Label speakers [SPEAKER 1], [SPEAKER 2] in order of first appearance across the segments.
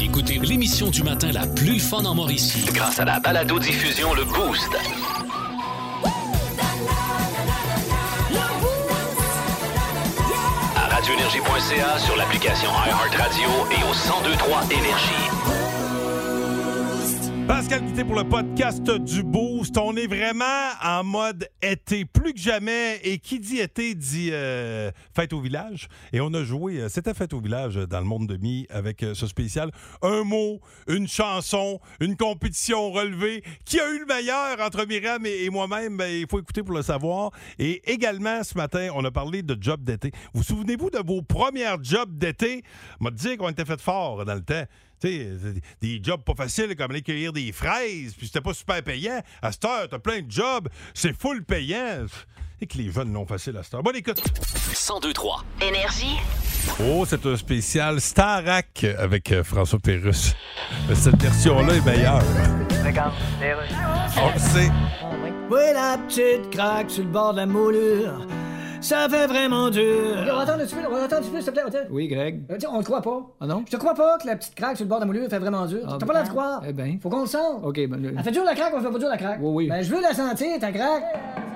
[SPEAKER 1] Écoutez l'émission du matin la plus fun en Mauricie.
[SPEAKER 2] Grâce à la balado diffusion le boost. À radioénergie.ca sur l'application iHeartRadio et au 1023 énergie.
[SPEAKER 3] Pascal Guité pour le podcast du Boost. On est vraiment en mode été, plus que jamais. Et qui dit été dit euh, fête au village. Et on a joué, euh, c'était fête au village euh, dans le monde de mi avec euh, ce spécial. Un mot, une chanson, une compétition relevée. Qui a eu le meilleur entre Myriam et, et moi-même? Ben, il faut écouter pour le savoir. Et également, ce matin, on a parlé de job d'été. Vous souvenez-vous de vos premières jobs d'été? On m'a dit qu'on était fait fort dans le temps. Tu sais, c'est des jobs pas faciles comme aller cueillir des fraises, puis c'était pas super payant. À cette heure, t'as plein de jobs, c'est full payant. Et que les jeunes l'ont facile à cette heure. Bon, écoute.
[SPEAKER 2] 1023.
[SPEAKER 4] Énergie.
[SPEAKER 3] Oh, c'est un spécial Starac avec euh, François Pérusse. Euh, Cette version-là est meilleure. Oh, On le sait.
[SPEAKER 5] Oui, la petite craque sur le bord de la moulure. Ça fait vraiment dur.
[SPEAKER 6] On attend un petit peu, on attend un petit peu, s'il te plaît. attends.
[SPEAKER 5] Oui, Greg.
[SPEAKER 6] Euh, tiens, on le croit pas.
[SPEAKER 5] Ah non?
[SPEAKER 6] Je te crois pas que la petite craque sur le bord de la moulure fait vraiment dur.
[SPEAKER 5] Ah
[SPEAKER 6] T'as
[SPEAKER 5] ben.
[SPEAKER 6] pas l'air de croire.
[SPEAKER 5] Eh ben.
[SPEAKER 6] Faut qu'on le sente.
[SPEAKER 5] OK, ben, le-
[SPEAKER 6] Elle fait dur la craque ou elle fait pas dur la craque?
[SPEAKER 5] Oui, oui.
[SPEAKER 6] Ben, je veux la sentir, ta craque.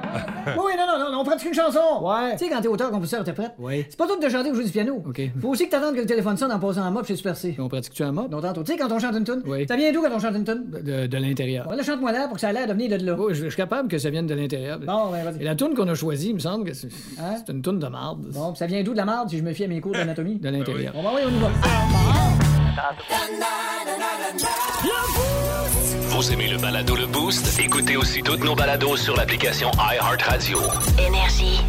[SPEAKER 6] oui, oui, non, non, non, on pratique une chanson.
[SPEAKER 5] Ouais.
[SPEAKER 6] Tu sais, quand t'es auteur, compositeur, t'es prête.
[SPEAKER 5] Oui.
[SPEAKER 6] C'est pas tout de chanter ou jouer du piano.
[SPEAKER 5] OK.
[SPEAKER 6] Faut aussi que t'attendes que le téléphone sonne en posant en mode chez Super C.
[SPEAKER 5] on pratique-tu un mode?
[SPEAKER 6] Non, tantôt. Tu sais, quand on chante une tune.
[SPEAKER 5] Oui.
[SPEAKER 6] Ça vient d'où quand on chante une tune?
[SPEAKER 5] De, de l'intérieur.
[SPEAKER 6] Ouais, là, chante-moi là pour que ça a l'air de venir de là.
[SPEAKER 5] Oh, je, je suis capable que ça vienne de l'intérieur.
[SPEAKER 6] Bon, ben, vas-y.
[SPEAKER 5] Et la tourne qu'on a choisie, il me semble que c'est
[SPEAKER 6] Hein?
[SPEAKER 5] c'est une tourne de marde.
[SPEAKER 6] Bon, puis ça vient d'où de la marde si je me fie à mes cours d'anatomie?
[SPEAKER 5] De l'intérieur.
[SPEAKER 6] Bon, ben oui, on y va.
[SPEAKER 2] Vous aimez le balado le boost Écoutez aussi toutes nos balados sur l'application iHeartRadio.
[SPEAKER 4] Énergie.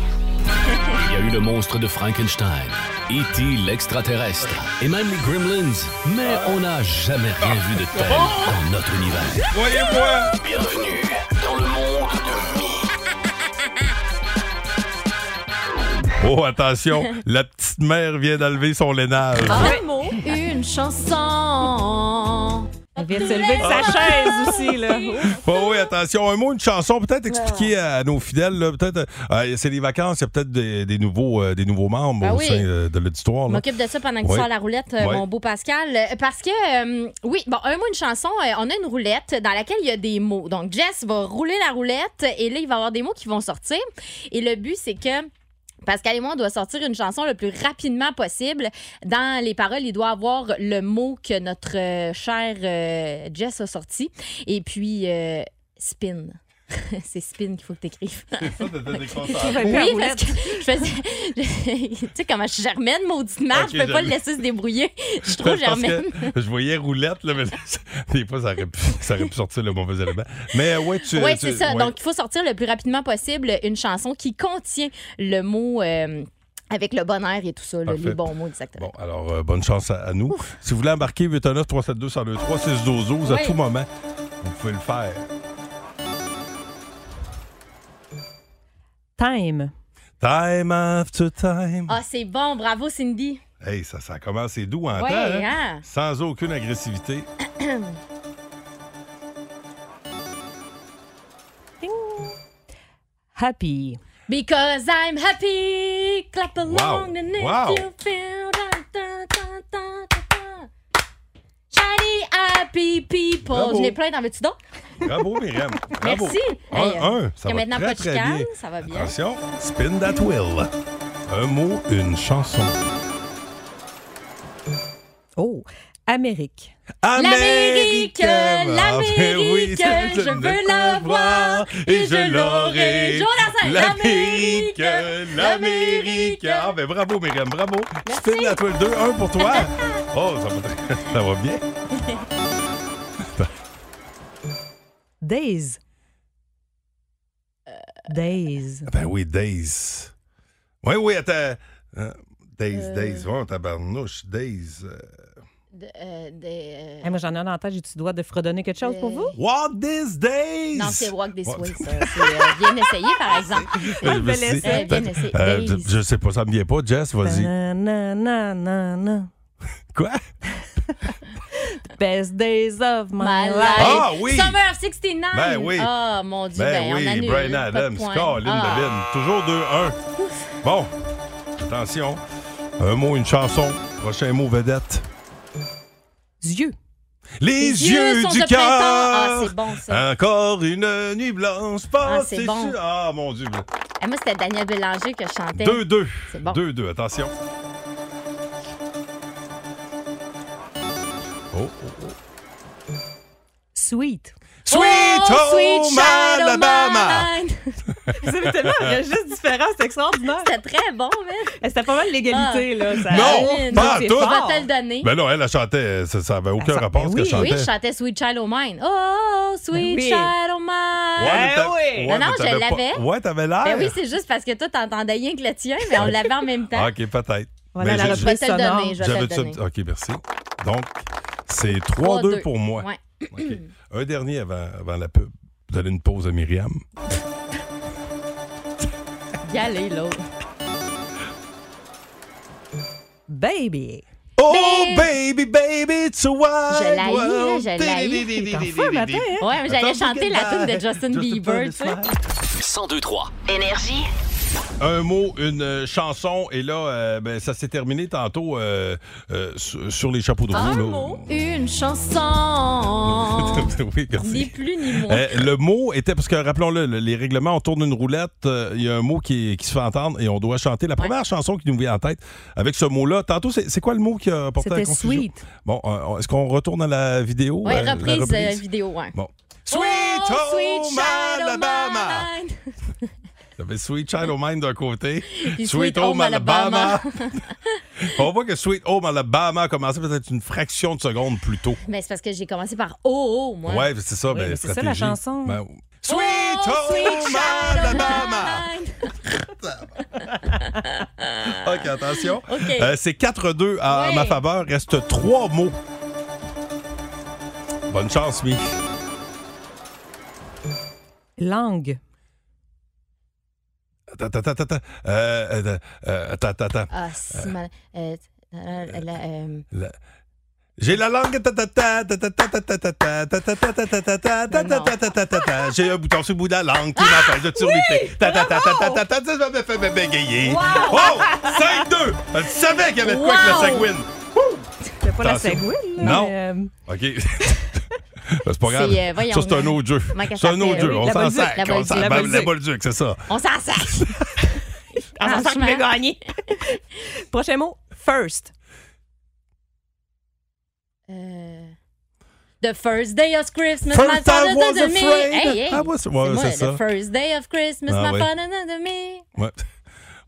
[SPEAKER 1] Il y a eu le monstre de Frankenstein, E.T. l'extraterrestre et même les Gremlins, mais on n'a jamais rien vu de tel dans notre univers.
[SPEAKER 3] Voyez-moi!
[SPEAKER 2] Bienvenue dans le monde de Mi.
[SPEAKER 3] Oh, attention, la petite mère vient d'enlever son lénage.
[SPEAKER 7] Un mot, une chanson.
[SPEAKER 8] Elle vient de se lever de sa chaise aussi, là.
[SPEAKER 3] Oh, oui, attention, un mot, une chanson, peut-être expliquer à, à nos fidèles, là, peut-être, euh, euh, c'est les vacances, il y a peut-être des, des nouveaux, euh, des nouveaux membres
[SPEAKER 7] Ah
[SPEAKER 3] au
[SPEAKER 7] oui.
[SPEAKER 3] sein euh, de l'auditoire.
[SPEAKER 7] Je
[SPEAKER 3] là.
[SPEAKER 7] m'occupe de ça pendant que
[SPEAKER 3] Ouais.
[SPEAKER 7] tu sors la roulette, euh,
[SPEAKER 3] Ouais.
[SPEAKER 7] mon beau Pascal. Euh, Parce que, euh, oui, bon, un mot, une chanson, euh, on a une roulette dans laquelle il y a des mots. Donc, Jess va rouler la roulette et là, il va y avoir des mots qui vont sortir. Et le but, c'est que. Pascal et moi, on doit sortir une chanson le plus rapidement possible. Dans les paroles, il doit avoir le mot que notre euh, chère euh, Jess a sorti. Et puis, euh, spin. c'est spin qu'il faut que tu écrives.
[SPEAKER 3] Ça, t'étais déconcentré.
[SPEAKER 8] Elle fait la
[SPEAKER 7] Ah, Oui, parce
[SPEAKER 8] roulette.
[SPEAKER 7] que je faisais. tu sais, comment je suis germaine, maudite marde,
[SPEAKER 3] Ok,
[SPEAKER 7] je peux pas
[SPEAKER 3] j'avoue.
[SPEAKER 7] le laisser se débrouiller. Je suis trop
[SPEAKER 3] Parce
[SPEAKER 7] germaine.
[SPEAKER 3] que je voyais roulette, là, mais des fois, ça aurait pu, ça aurait pu sortir le mauvais élément. Mais euh, ouais, tu.
[SPEAKER 7] Oui,
[SPEAKER 3] tu-
[SPEAKER 7] c'est ça.
[SPEAKER 3] ouais.
[SPEAKER 7] Donc, il faut sortir le plus rapidement possible une chanson qui contient le mot euh, avec le bonheur et tout ça, là,
[SPEAKER 3] Parfait.
[SPEAKER 7] les bons mots,
[SPEAKER 3] Bon,
[SPEAKER 7] exactement.
[SPEAKER 3] alors, euh, bonne chance à, à nous. Si vous voulez embarquer 819 372 1023 612 12 à
[SPEAKER 7] Oui.
[SPEAKER 3] tout moment, vous pouvez le faire.
[SPEAKER 8] Time.
[SPEAKER 3] Time after time.
[SPEAKER 7] Ah, c'est bon, bravo Cindy.
[SPEAKER 3] Hey, ça, ça commence, c'est doux en
[SPEAKER 7] Ouais,
[SPEAKER 3] temps, hein?
[SPEAKER 7] hein?
[SPEAKER 3] Sans aucune agressivité.
[SPEAKER 8] Happy.
[SPEAKER 7] Because I'm happy, clap along and if
[SPEAKER 3] Wow.
[SPEAKER 7] you feel da, da, da, da, da, da. Shiny happy people.
[SPEAKER 3] Bravo.
[SPEAKER 7] Je l'ai plein, t'en veux-tu d'autres?
[SPEAKER 3] Bravo, Myriam. Bravo.
[SPEAKER 7] Merci.
[SPEAKER 3] Un,
[SPEAKER 7] Hey, euh,
[SPEAKER 3] un. Ça
[SPEAKER 7] il y a
[SPEAKER 3] va
[SPEAKER 7] maintenant
[SPEAKER 3] très,
[SPEAKER 7] pas de
[SPEAKER 3] très
[SPEAKER 7] chicane,
[SPEAKER 3] bien.
[SPEAKER 7] ça va bien.
[SPEAKER 3] Attention, spin that wheel. Un mot, une chanson.
[SPEAKER 8] Oh, Amérique.
[SPEAKER 7] L'Amérique,
[SPEAKER 3] Ah, ben oui,
[SPEAKER 7] l'Amérique,
[SPEAKER 3] c'est-
[SPEAKER 7] je veux la voir et je l'aurai. Jour la
[SPEAKER 3] L'Amérique, l'Amérique.
[SPEAKER 7] l'Amérique.
[SPEAKER 3] Ah, ben bravo, Myriam, bravo. Spin la toile 2, 1 pour toi. Oh, ça va, ça va bien.
[SPEAKER 8] Days. Days.
[SPEAKER 3] Ben oui, Days. Oui, oui, attends. Hein, Days,
[SPEAKER 7] Euh.
[SPEAKER 3] Days. Ouais, tabarnouche, Days. euh,
[SPEAKER 7] De- euh, de- euh,
[SPEAKER 8] Hey, moi, j'en ai un en tête. J'ai-tu le droit de fredonner quelque chose pour
[SPEAKER 7] Euh,
[SPEAKER 8] vous?
[SPEAKER 3] What these days?
[SPEAKER 7] Non, c'est Walk This
[SPEAKER 3] Ouais.
[SPEAKER 7] Way, ça. C'est euh, bien essayé, par exemple.
[SPEAKER 3] Je me
[SPEAKER 8] bel
[SPEAKER 3] suis dit,
[SPEAKER 7] essai.
[SPEAKER 3] peut-être,
[SPEAKER 7] Bien essayé.
[SPEAKER 3] euh,
[SPEAKER 7] Days.
[SPEAKER 3] je, je sais pas, ça me vient pas. Jess,
[SPEAKER 7] Ben, euh,
[SPEAKER 3] vas-y.
[SPEAKER 8] Ba-na-na-na-na-na.
[SPEAKER 3] Quoi?
[SPEAKER 8] Best days of my,
[SPEAKER 7] My
[SPEAKER 8] life.
[SPEAKER 7] life.
[SPEAKER 3] Ah oui!
[SPEAKER 7] Summer 69.
[SPEAKER 3] Ben oui.
[SPEAKER 7] Ah, mon Dieu, ben,
[SPEAKER 3] Ben
[SPEAKER 7] on
[SPEAKER 3] oui,
[SPEAKER 7] annule.
[SPEAKER 3] Brian
[SPEAKER 7] pas de
[SPEAKER 3] Adams,
[SPEAKER 7] point.
[SPEAKER 3] Colin
[SPEAKER 7] Ah.
[SPEAKER 3] Devine. Toujours 2-1. Bon, attention. Un mot, une chanson. Prochain mot, vedette.
[SPEAKER 8] yeux.
[SPEAKER 3] Les, yeux,
[SPEAKER 7] sont
[SPEAKER 3] du
[SPEAKER 7] de
[SPEAKER 3] cœur.
[SPEAKER 7] printemps. Ah, c'est bon, ça.
[SPEAKER 3] Encore une nuit blanche passée
[SPEAKER 7] c'est bon.
[SPEAKER 3] sur- Ah, mon Dieu.
[SPEAKER 7] Ah, moi, c'était Daniel Bélanger que je chantais.
[SPEAKER 3] 2-2. 2-2,
[SPEAKER 7] C'est bon.
[SPEAKER 3] attention. Oh, oh, oh.
[SPEAKER 8] Sweet.
[SPEAKER 3] Sweet
[SPEAKER 7] Oh, sweet
[SPEAKER 3] Home
[SPEAKER 7] child of
[SPEAKER 3] Alabama.
[SPEAKER 7] mine.
[SPEAKER 8] Vous avez tellement, il y a juste différence, c'est extraordinaire. Eh,
[SPEAKER 7] C'était très bon, mais
[SPEAKER 8] C'était pas mal l'égalité, là. ça-
[SPEAKER 3] Non,
[SPEAKER 7] Ah,
[SPEAKER 3] pas
[SPEAKER 8] c'est
[SPEAKER 3] à tout.
[SPEAKER 7] je
[SPEAKER 8] fort.
[SPEAKER 7] vais te le donner.
[SPEAKER 3] Ben non, elle, elle chantait, ça, ça avait aucun
[SPEAKER 8] Elle
[SPEAKER 3] rapport à
[SPEAKER 8] chante-
[SPEAKER 3] ce qu'elle
[SPEAKER 8] ben
[SPEAKER 7] Ah, oui,
[SPEAKER 3] chantait.
[SPEAKER 7] je chantais Sweet Child O' Mine. Oh, Sweet
[SPEAKER 8] Ben oui.
[SPEAKER 7] Child O' Mine.
[SPEAKER 3] Ouais, mais
[SPEAKER 8] Eh
[SPEAKER 3] t'a-
[SPEAKER 8] oui.
[SPEAKER 3] ouais,
[SPEAKER 7] Ben Non,
[SPEAKER 3] mais
[SPEAKER 7] non, je
[SPEAKER 3] t'avais pas-
[SPEAKER 7] l'avais.
[SPEAKER 3] Ouais, t'avais l'air.
[SPEAKER 7] Ben oui, c'est juste parce que toi, t'entendais rien que le tien, mais on l'avait en même temps.
[SPEAKER 3] Ah, OK, peut-être.
[SPEAKER 8] Voilà
[SPEAKER 3] Mais
[SPEAKER 8] la
[SPEAKER 3] je-
[SPEAKER 7] Je vais
[SPEAKER 8] reprise
[SPEAKER 7] te le
[SPEAKER 8] sonore.
[SPEAKER 7] donner, je vais
[SPEAKER 3] J'avais
[SPEAKER 7] te le donner.
[SPEAKER 3] tout- OK, merci. Donc, c'est
[SPEAKER 7] 3-2.
[SPEAKER 3] 3-2 pour moi.
[SPEAKER 7] Ouais.
[SPEAKER 3] OK. Un dernier avant, avant la pub. Donner une pause à Myriam.
[SPEAKER 7] Y aller, l'autre.
[SPEAKER 8] Baby.
[SPEAKER 3] Oh, baby, baby, it's a wild
[SPEAKER 7] Je l'haïs,
[SPEAKER 3] world.
[SPEAKER 7] là, je l'haïs.
[SPEAKER 8] T'es en forme, matin, hein?
[SPEAKER 7] Ouais, mais j'allais
[SPEAKER 3] Attends,
[SPEAKER 7] chanter la tune de Justin Bieber, tu sais.
[SPEAKER 2] 1023.
[SPEAKER 4] Énergie.
[SPEAKER 3] Un mot, une euh, chanson, et là, euh, ben, ça s'est terminé tantôt euh, euh, sur, sur les chapeaux de roue.
[SPEAKER 7] Un
[SPEAKER 3] là.
[SPEAKER 7] mot, une chanson.
[SPEAKER 3] oui, merci.
[SPEAKER 7] ni plus ni moins.
[SPEAKER 3] Euh, le mot était, parce que rappelons-le, le- les règlements, on tourne une roulette, euh, il y a un mot qui, est- qui se fait entendre et on doit chanter la première chanson qui nous vient en tête avec ce mot-là. Tantôt, c'est c'est quoi le mot qui a porté à la
[SPEAKER 8] C'était
[SPEAKER 3] confusion?
[SPEAKER 8] sweet.
[SPEAKER 3] Bon, euh, est-ce qu'on retourne à la vidéo? euh,
[SPEAKER 7] ouais,
[SPEAKER 3] la
[SPEAKER 7] reprise,
[SPEAKER 3] reprise?
[SPEAKER 7] euh, vidéo, ouais.
[SPEAKER 3] Bon. Sweet
[SPEAKER 7] Oh,
[SPEAKER 3] Home
[SPEAKER 7] Sweet Child O'
[SPEAKER 3] Alabama!
[SPEAKER 7] Mine.
[SPEAKER 3] J'avais Sweet Child of Mine d'un côté,
[SPEAKER 7] Puis
[SPEAKER 3] Sweet Home Alabama. On voit que Sweet Home Alabama a commencé peut-être une fraction de seconde plus tôt.
[SPEAKER 7] Mais c'est parce que j'ai commencé par Oh, oh, moi.
[SPEAKER 3] Ouais, c'est ça. ben,
[SPEAKER 8] mais c'est ça, la
[SPEAKER 3] stratégie.
[SPEAKER 8] chanson.
[SPEAKER 3] Ben,
[SPEAKER 7] Oh,
[SPEAKER 3] Sweet Home
[SPEAKER 7] Sweet Child O'
[SPEAKER 3] Alabama.
[SPEAKER 7] Mine.
[SPEAKER 3] OK, attention.
[SPEAKER 7] OK.
[SPEAKER 3] Euh, c'est 4-2 à
[SPEAKER 7] Ouais.
[SPEAKER 3] ma faveur. Reste trois mots. Bonne chance, Mi.
[SPEAKER 8] Langue.
[SPEAKER 3] Attends, attends, attends. Euh, euh, euh, attends, attends, attends.
[SPEAKER 7] Ah, si, mal. Euh, euh, la- euh,
[SPEAKER 3] La- J'ai la langue. ta- ta- ta- ta- ta- ta- ta- ta- ta- ta- ta- ta- ta- ta- ta- ta- ta- ta-
[SPEAKER 7] Non.
[SPEAKER 3] ta- ta- ta- ta- ta. J'ai un bouton sur le bout de la langue qui m'empêche de turluper. Ta- ta- ta- ta- ta- ta- ta- ta- Ça m'a fait bé- bégayer. Oh! 5-2! Tu savais qu'il y avait de quoi avec
[SPEAKER 7] Wow!
[SPEAKER 3] le Sagouin.
[SPEAKER 8] C'était pas la
[SPEAKER 3] Attention.
[SPEAKER 8] segway, là.
[SPEAKER 3] Non.
[SPEAKER 8] mais, euh,
[SPEAKER 3] OK. Ben, c'est pas grave.
[SPEAKER 7] C'est, euh, voyons,
[SPEAKER 3] ça, c'est un
[SPEAKER 7] là.
[SPEAKER 3] autre jeu.
[SPEAKER 7] Comment qu'elle
[SPEAKER 3] C'est un autre
[SPEAKER 7] s'appelle?
[SPEAKER 3] jeu.
[SPEAKER 7] Oui,
[SPEAKER 3] On
[SPEAKER 8] la
[SPEAKER 3] s'en
[SPEAKER 8] Bolduc,
[SPEAKER 3] sert.
[SPEAKER 7] la
[SPEAKER 3] on
[SPEAKER 7] Bolduc,
[SPEAKER 3] s'en-
[SPEAKER 8] la
[SPEAKER 3] ben,
[SPEAKER 8] Bolduc.
[SPEAKER 3] La Bolduc, c'est ça.
[SPEAKER 7] on s'en sac. On s'en sac, mais
[SPEAKER 8] gagner. Prochain mot, first.
[SPEAKER 7] Euh, The first day of Christmas, my
[SPEAKER 3] First
[SPEAKER 7] father
[SPEAKER 3] I was
[SPEAKER 7] does to me.
[SPEAKER 3] afraid.
[SPEAKER 7] Hey, hey.
[SPEAKER 3] Ah, ouais, c'est- ouais,
[SPEAKER 7] C'est moi,
[SPEAKER 3] c'est ça.
[SPEAKER 7] The first day of Christmas,
[SPEAKER 3] Ah,
[SPEAKER 7] my
[SPEAKER 3] ouais.
[SPEAKER 7] father does to me.
[SPEAKER 3] Ouais.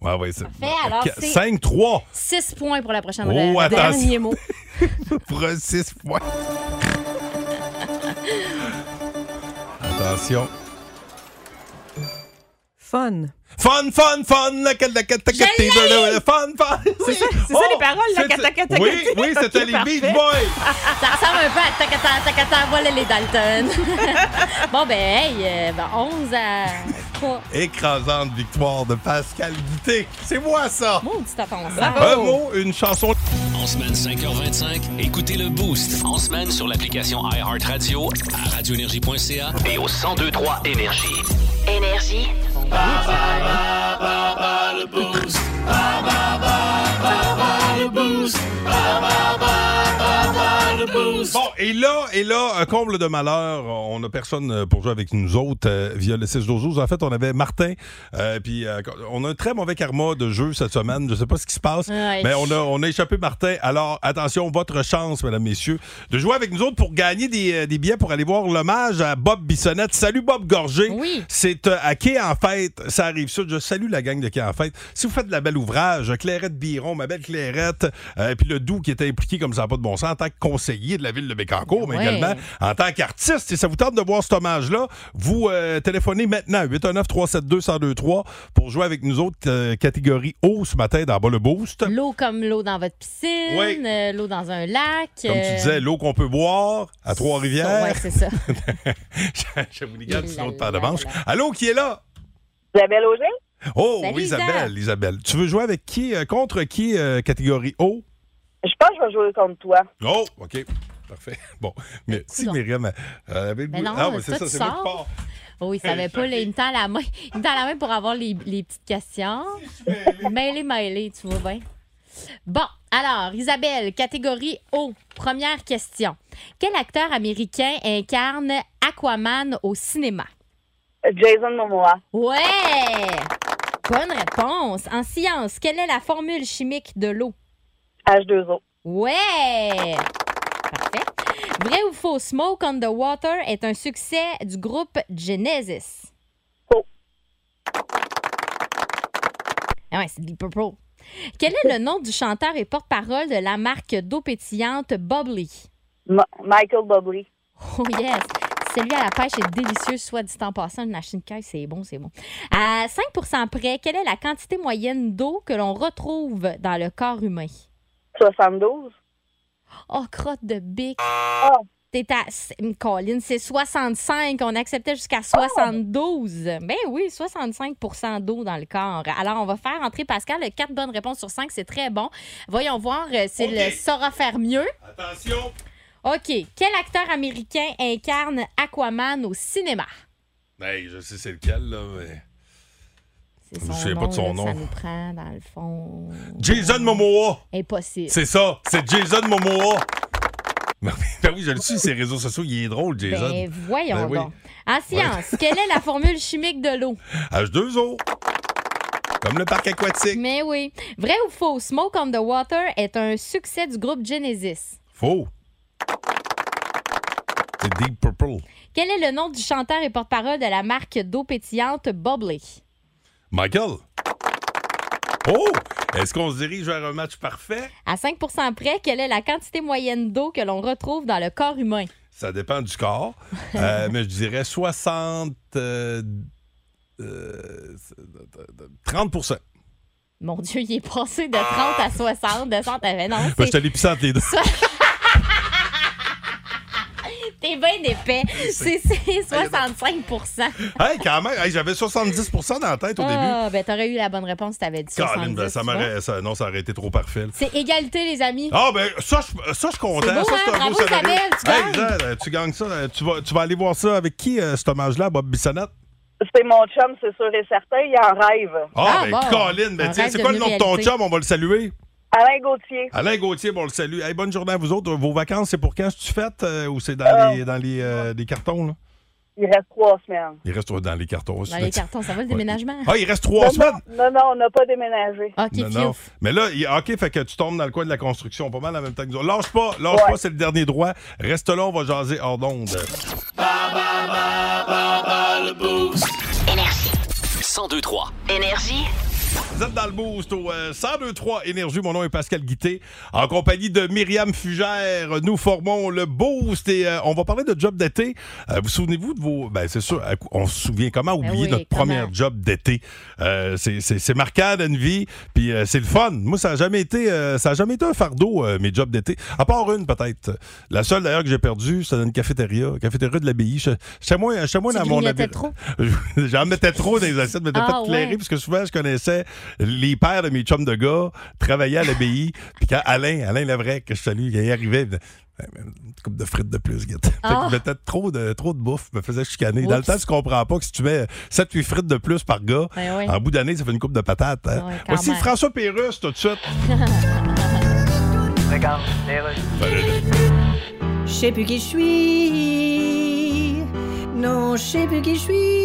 [SPEAKER 3] Ouais, ouais, c'est.
[SPEAKER 7] Parfait, alors,
[SPEAKER 3] Qu-
[SPEAKER 7] c'est-
[SPEAKER 3] 5-3
[SPEAKER 7] Six points pour la prochaine
[SPEAKER 3] Oh,
[SPEAKER 7] ré-
[SPEAKER 3] attends.
[SPEAKER 7] réponse.
[SPEAKER 8] Dernier mot.
[SPEAKER 3] pour 6 points. Attention.
[SPEAKER 8] Fun.
[SPEAKER 3] Fun, fun, fun, la cata, cata, cata,
[SPEAKER 7] l'ai!
[SPEAKER 3] le- le- fun, fun. C'est ça,
[SPEAKER 8] c'est ça les paroles, la cata, cata,
[SPEAKER 3] Oui,
[SPEAKER 8] cata.
[SPEAKER 3] oui, c'était
[SPEAKER 8] Ok,
[SPEAKER 3] les
[SPEAKER 8] parfait.
[SPEAKER 3] Beach Boys.
[SPEAKER 7] Ça ressemble un peu à tacata, tacata, voilà les Dalton. bon, ben, hey, euh, ben, 11 à 3.
[SPEAKER 3] Écrasante victoire de Pascal Guité. C'est moi, ça.
[SPEAKER 7] Maudit offense.
[SPEAKER 3] Un mot, une chanson.
[SPEAKER 2] En semaine 5h25, écoutez le Boost. En semaine sur l'application iHeartRadio, à radioénergie.ca et au 1023 Énergie.
[SPEAKER 4] Énergie.
[SPEAKER 3] Bon, et là, et là, un comble de malheur, on n'a personne euh, pour jouer avec nous autres euh, via le 6 12 En fait, on avait Martin, euh, puis euh, on a un très mauvais karma de jeu cette semaine. Je sais pas ce qui se passe,
[SPEAKER 7] Ouais.
[SPEAKER 3] mais on a, on a échappé Martin. Alors, attention, votre chance, mesdames, messieurs, de jouer avec nous autres pour gagner des, euh, des billets pour aller voir l'hommage à Bob Bissonnette. Salut Bob Gorgé.
[SPEAKER 7] Oui.
[SPEAKER 3] C'est euh, à Quai en fête, ça arrive ça. Je salue la gang de Quai en fête. Si vous faites de la belle ouvrage, Clairette Biron, ma belle Clairette, euh, puis le Doux qui était impliqué comme ça n'a pas de bon sens en tant que conseiller de la ville de Bécancour, mais
[SPEAKER 7] Ouais.
[SPEAKER 3] également en tant qu'artiste. Et ça vous tente de voir cet hommage-là, vous euh, téléphonez maintenant 819-372-1023 pour jouer avec nous autres euh, catégorie haut ce matin dans Bas le Boost.
[SPEAKER 7] L'eau comme l'eau dans votre piscine,
[SPEAKER 3] Oui.
[SPEAKER 7] euh, l'eau dans un lac. euh,
[SPEAKER 3] Comme tu disais, l'eau qu'on peut boire à
[SPEAKER 7] Ouais,
[SPEAKER 3] Trois-Rivières.
[SPEAKER 7] c'est ça.
[SPEAKER 3] Je vous regarde sur
[SPEAKER 7] La,
[SPEAKER 3] l'autre paire de
[SPEAKER 7] la,
[SPEAKER 3] manche.
[SPEAKER 7] la.
[SPEAKER 3] Allô, qui est là?
[SPEAKER 9] Isabelle Auger?
[SPEAKER 3] Oh,
[SPEAKER 7] Salut,
[SPEAKER 3] oui, Isabelle,
[SPEAKER 7] Isabelle.
[SPEAKER 3] Isabelle. Tu veux jouer avec qui? euh, contre qui? euh, catégorie O?
[SPEAKER 9] Je pense que je vais jouer contre toi.
[SPEAKER 3] Oh, OK. Parfait. Bon, mais si
[SPEAKER 7] coudonc.
[SPEAKER 3] Myriam euh, elle avait le
[SPEAKER 7] Mais
[SPEAKER 3] goût-
[SPEAKER 7] non,
[SPEAKER 3] Ah, mais
[SPEAKER 7] toi,
[SPEAKER 3] c'est ça,
[SPEAKER 7] tu
[SPEAKER 3] c'est moi qui
[SPEAKER 7] sors.
[SPEAKER 3] pars.
[SPEAKER 7] Oh, il savait pas, là, il me tend la main. Il me tend la main pour avoir les, les petites questions. Mêlé, mêlé, tu vois bien. Bon, alors, Isabelle, catégorie O, première question. Quel acteur américain incarne Aquaman au cinéma?
[SPEAKER 9] Jason Momoa.
[SPEAKER 7] Ouais! Bonne réponse. En science, quelle est la formule chimique de l'eau?
[SPEAKER 9] H2O.
[SPEAKER 7] Ouais! Parfait. Vrai ou faux, Smoke on the Water est un succès du groupe Genesis?
[SPEAKER 9] Faux.
[SPEAKER 7] Ah ouais, c'est Deep Purple. Quel est le nom du chanteur et porte-parole de la marque d'eau pétillante Bubbly?
[SPEAKER 9] Ma- Michael Bubbly.
[SPEAKER 7] Oh yes! Celui à la pêche est délicieux, soit dit en passant, une machine caille, c'est bon, c'est bon. À 5 près, quelle est la quantité moyenne d'eau que l'on retrouve dans le corps humain?
[SPEAKER 9] 72.
[SPEAKER 7] Oh, crotte de bic!
[SPEAKER 9] Ah,
[SPEAKER 7] T'es à. c'est- Colin, c'est 65. On acceptait jusqu'à 72. Ben oui, 65 d'eau dans le corps. Alors, on va faire entrer Pascal. Le 4 bonnes réponses sur 5, c'est très bon. Voyons voir euh, s'il
[SPEAKER 3] Ok.
[SPEAKER 7] saura faire mieux.
[SPEAKER 3] Attention!
[SPEAKER 7] OK. Quel acteur américain incarne Aquaman au cinéma?
[SPEAKER 3] Hey, je sais c'est lequel, là, mais...
[SPEAKER 7] C'est
[SPEAKER 3] Je sais pas de son
[SPEAKER 7] là, que Ça
[SPEAKER 3] nom.
[SPEAKER 7] nous prend, dans le fond.
[SPEAKER 3] Jason Momoa!
[SPEAKER 7] Impossible.
[SPEAKER 3] C'est ça! C'est Jason Momoa! Ben oui, ben oui, je le suis, ses réseaux sociaux, il est drôle, Jason.
[SPEAKER 7] Ben voyons
[SPEAKER 3] Ben oui.
[SPEAKER 7] donc. En science, quelle est la formule chimique de l'eau?
[SPEAKER 3] H2O! Comme le parc aquatique.
[SPEAKER 7] Mais oui. Vrai ou faux, Smoke on the Water est un succès du groupe Genesis.
[SPEAKER 3] Faux! C'est Deep Purple.
[SPEAKER 7] Quel est le nom du chanteur et porte-parole de la marque d'eau pétillante Bubbly?
[SPEAKER 3] Michael! Oh! Est-ce qu'on se dirige vers un match parfait?
[SPEAKER 7] À 5 près, quelle est la quantité moyenne d'eau que l'on retrouve dans le corps humain?
[SPEAKER 3] Ça dépend du corps. Euh, mais je dirais 60. euh, euh, 30
[SPEAKER 7] Mon Dieu, il est passé de 30 à 60, de 100 à... Ben non,
[SPEAKER 3] Ah! Ben,
[SPEAKER 7] c'est-
[SPEAKER 3] je te l'ai pissé entre les deux.
[SPEAKER 7] t'es bien épais. C'est c'est 65
[SPEAKER 3] hey, quand même, Hey, j'avais 70 dans la tête au début.
[SPEAKER 7] Ah, ben t'aurais eu la bonne réponse si t'avais dit
[SPEAKER 3] Caroline,
[SPEAKER 7] 70,
[SPEAKER 3] ben, ça
[SPEAKER 7] tu vois.
[SPEAKER 3] m'aurait. ça- Non, ça aurait été trop parfait. là.
[SPEAKER 7] C'est égalité, les amis.
[SPEAKER 3] Ah, ben, ça, je ça, je suis
[SPEAKER 7] C'est
[SPEAKER 3] content.
[SPEAKER 7] beau,
[SPEAKER 3] ça,
[SPEAKER 7] hein?
[SPEAKER 3] un beau
[SPEAKER 7] Bravo,
[SPEAKER 3] scénario.
[SPEAKER 7] Isabelle, tu
[SPEAKER 3] Hey,
[SPEAKER 7] gagnes.
[SPEAKER 3] Isabelle, euh, tu gagnes ça. euh, Tu vas, tu vas aller voir ça avec qui, euh, cet hommage-là, à Bob Bissonnette?
[SPEAKER 9] C'est mon chum, c'est sûr et certain. Il en rêve.
[SPEAKER 3] Ah,
[SPEAKER 7] Ah,
[SPEAKER 3] ben,
[SPEAKER 7] bon.
[SPEAKER 3] Caroline,
[SPEAKER 7] Un
[SPEAKER 3] ben, tiens,
[SPEAKER 7] rêve
[SPEAKER 3] c'est quoi le nom
[SPEAKER 7] devenu
[SPEAKER 3] de ton
[SPEAKER 7] réalité.
[SPEAKER 3] chum? On va le saluer.
[SPEAKER 9] Alain Gauthier.
[SPEAKER 3] Alain Gauthier, bon, on le salue. Hey, bonne journée à vous autres. Vos vacances, c'est pour quand? tu faites euh, ou c'est dans,
[SPEAKER 7] Oh.
[SPEAKER 9] Euh,
[SPEAKER 3] les, dans les, euh, les cartons? Là?
[SPEAKER 9] Il reste trois semaines.
[SPEAKER 3] Il reste dans les cartons.
[SPEAKER 7] Dans les cartons, ça va le déménagement?
[SPEAKER 3] Ah, il reste trois
[SPEAKER 9] non,
[SPEAKER 3] semaines?
[SPEAKER 9] non, non, on n'a pas déménagé.
[SPEAKER 7] OK,
[SPEAKER 3] Non, non.
[SPEAKER 7] piouf.
[SPEAKER 3] Mais là, il- ah, OK, fait que tu tombes dans le coin de la construction pas mal en même temps que nous autres. Lâche pas, lâche pas, c'est le dernier droit. Reste là, on va jaser hors d'onde.
[SPEAKER 2] 1023.
[SPEAKER 4] Énergie.
[SPEAKER 3] Vous êtes dans le boost au euh, 1023 Énergie. Mon nom est Pascal Guité. En compagnie de Myriam Fugère, nous formons le boost et euh, on va parler de job d'été. Euh, vous souvenez-vous de vos. Ben, c'est sûr, euh, on se souvient comment
[SPEAKER 7] Ben
[SPEAKER 3] oublier
[SPEAKER 7] oui,
[SPEAKER 3] notre
[SPEAKER 7] comment.
[SPEAKER 3] première job d'été. Euh, c'est- c'est c'est marquant dans une vie, puis euh, c'est le fun. Moi, ça n'a jamais, été, euh, ça a jamais été un fardeau, euh, mes jobs d'été. À part une, peut-être. La seule, d'ailleurs, que j'ai perdue, c'était dans une cafétéria, cafétéria de l'abbaye. Chez chez moi, chez moi
[SPEAKER 7] Tu
[SPEAKER 3] dans mon
[SPEAKER 7] grignotais
[SPEAKER 3] habit-
[SPEAKER 7] trop?
[SPEAKER 3] J'en mettais trop dans les assiettes, mais t'as
[SPEAKER 7] Ah,
[SPEAKER 3] pas éclairé,
[SPEAKER 7] ouais.
[SPEAKER 3] parce que souvent, je connaissais les pères de mes chums de gars, travaillaient à l'abbaye, puis quand Alain, Alain Lavrec, que je salue, il arrivait, il me disait, Hey, man, une coupe de frites de plus, guette. Fait
[SPEAKER 7] Ah.
[SPEAKER 3] qu'il mettait trop de, trop de bouffe, me faisait chicaner. Dans le
[SPEAKER 7] Oups.
[SPEAKER 3] temps, tu comprends pas que si tu mets 7-8 frites de plus par gars,
[SPEAKER 7] Ben oui. Ah
[SPEAKER 3] en bout d'année, ça fait une coupe de patates. hein.
[SPEAKER 7] Ouais, quand
[SPEAKER 3] Voici
[SPEAKER 7] même.
[SPEAKER 3] François Pérusse, tout de suite.
[SPEAKER 6] Je sais plus qui je suis. Non, je sais plus qui je suis.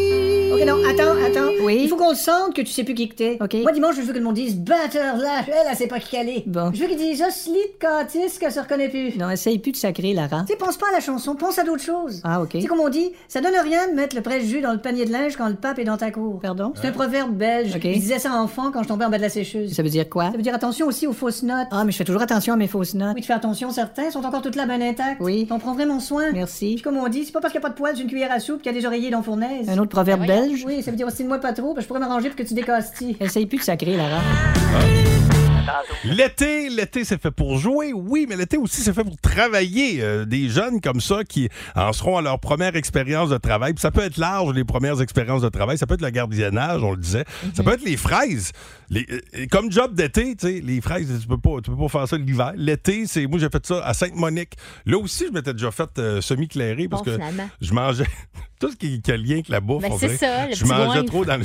[SPEAKER 6] Ok, non, attends, attends.
[SPEAKER 8] Oui.
[SPEAKER 6] Il faut qu'on le sente que tu sais plus qui que t'es.
[SPEAKER 8] Ok.
[SPEAKER 6] Moi, dimanche, je veux que le monde dise batteur là, elle, elle sait pas qui qu'elle est.
[SPEAKER 8] Bon.
[SPEAKER 6] Je veux qu'il dise Osli de Cantiste qu'elle se reconnaît plus.
[SPEAKER 8] Non, essaye plus de sacrer, Lara.
[SPEAKER 6] Tu sais, pense pas à la chanson, pense à d'autres choses.
[SPEAKER 8] Ah, ok.
[SPEAKER 6] Tu sais, comme on dit, ça donne rien de mettre le presse-jus dans le panier de linge quand le pape est dans ta cour.
[SPEAKER 8] Pardon?
[SPEAKER 6] C'est un proverbe belge.
[SPEAKER 8] Ok.
[SPEAKER 6] Je disais ça enfant quand je tombais en bas de la sécheuse.
[SPEAKER 8] Ça veut dire quoi?
[SPEAKER 6] Ça veut dire attention aussi aux fausses notes.
[SPEAKER 8] Ah, mais je fais toujours attention à mes fausses notes.
[SPEAKER 6] Oui, tu fais attention, certains sont encore toute la bonne intacte.
[SPEAKER 8] Oui.
[SPEAKER 6] T'en prends vraiment soin. Puis
[SPEAKER 8] Merci.
[SPEAKER 6] comme on dit, c'est pas parce qu'il n'y a pas de poils d'une cuillère à soupe qu'il y a des oreillers dans la fournaise.
[SPEAKER 8] Un autre proverbe
[SPEAKER 7] Ah, voyons.
[SPEAKER 8] belge?
[SPEAKER 6] Oui, ça veut dire aussi de moi pas trop, parce que je pourrais m'arranger pour que tu décastilles.
[SPEAKER 8] Essaye plus de sacrer, Lara.
[SPEAKER 3] L'été, l'été, c'est fait pour jouer, oui, mais l'été aussi, c'est fait pour travailler. Euh, des jeunes comme ça qui en seront à leur première expérience de travail. Puis ça peut être large, les premières expériences de travail. Ça peut être le gardiennage, on le disait. Ça
[SPEAKER 7] Mhm.
[SPEAKER 3] peut être les fraises. Les- euh, comme job d'été, tu sais, les fraises, tu peux pas, tu peux pas faire ça l'hiver. L'été, c'est. Moi, j'ai fait ça à Sainte-Monique. Là aussi, je m'étais déjà fait euh, semi-clairé parce
[SPEAKER 7] Bon,
[SPEAKER 3] que
[SPEAKER 7] finalement.
[SPEAKER 3] je mangeais. Tout ce qui, qui a lien avec la bouffe.
[SPEAKER 7] Ben,
[SPEAKER 3] on
[SPEAKER 7] c'est
[SPEAKER 3] dirait.
[SPEAKER 7] ça, le
[SPEAKER 3] Je
[SPEAKER 7] petit
[SPEAKER 3] mangeais
[SPEAKER 7] goinfre.
[SPEAKER 3] trop dans le.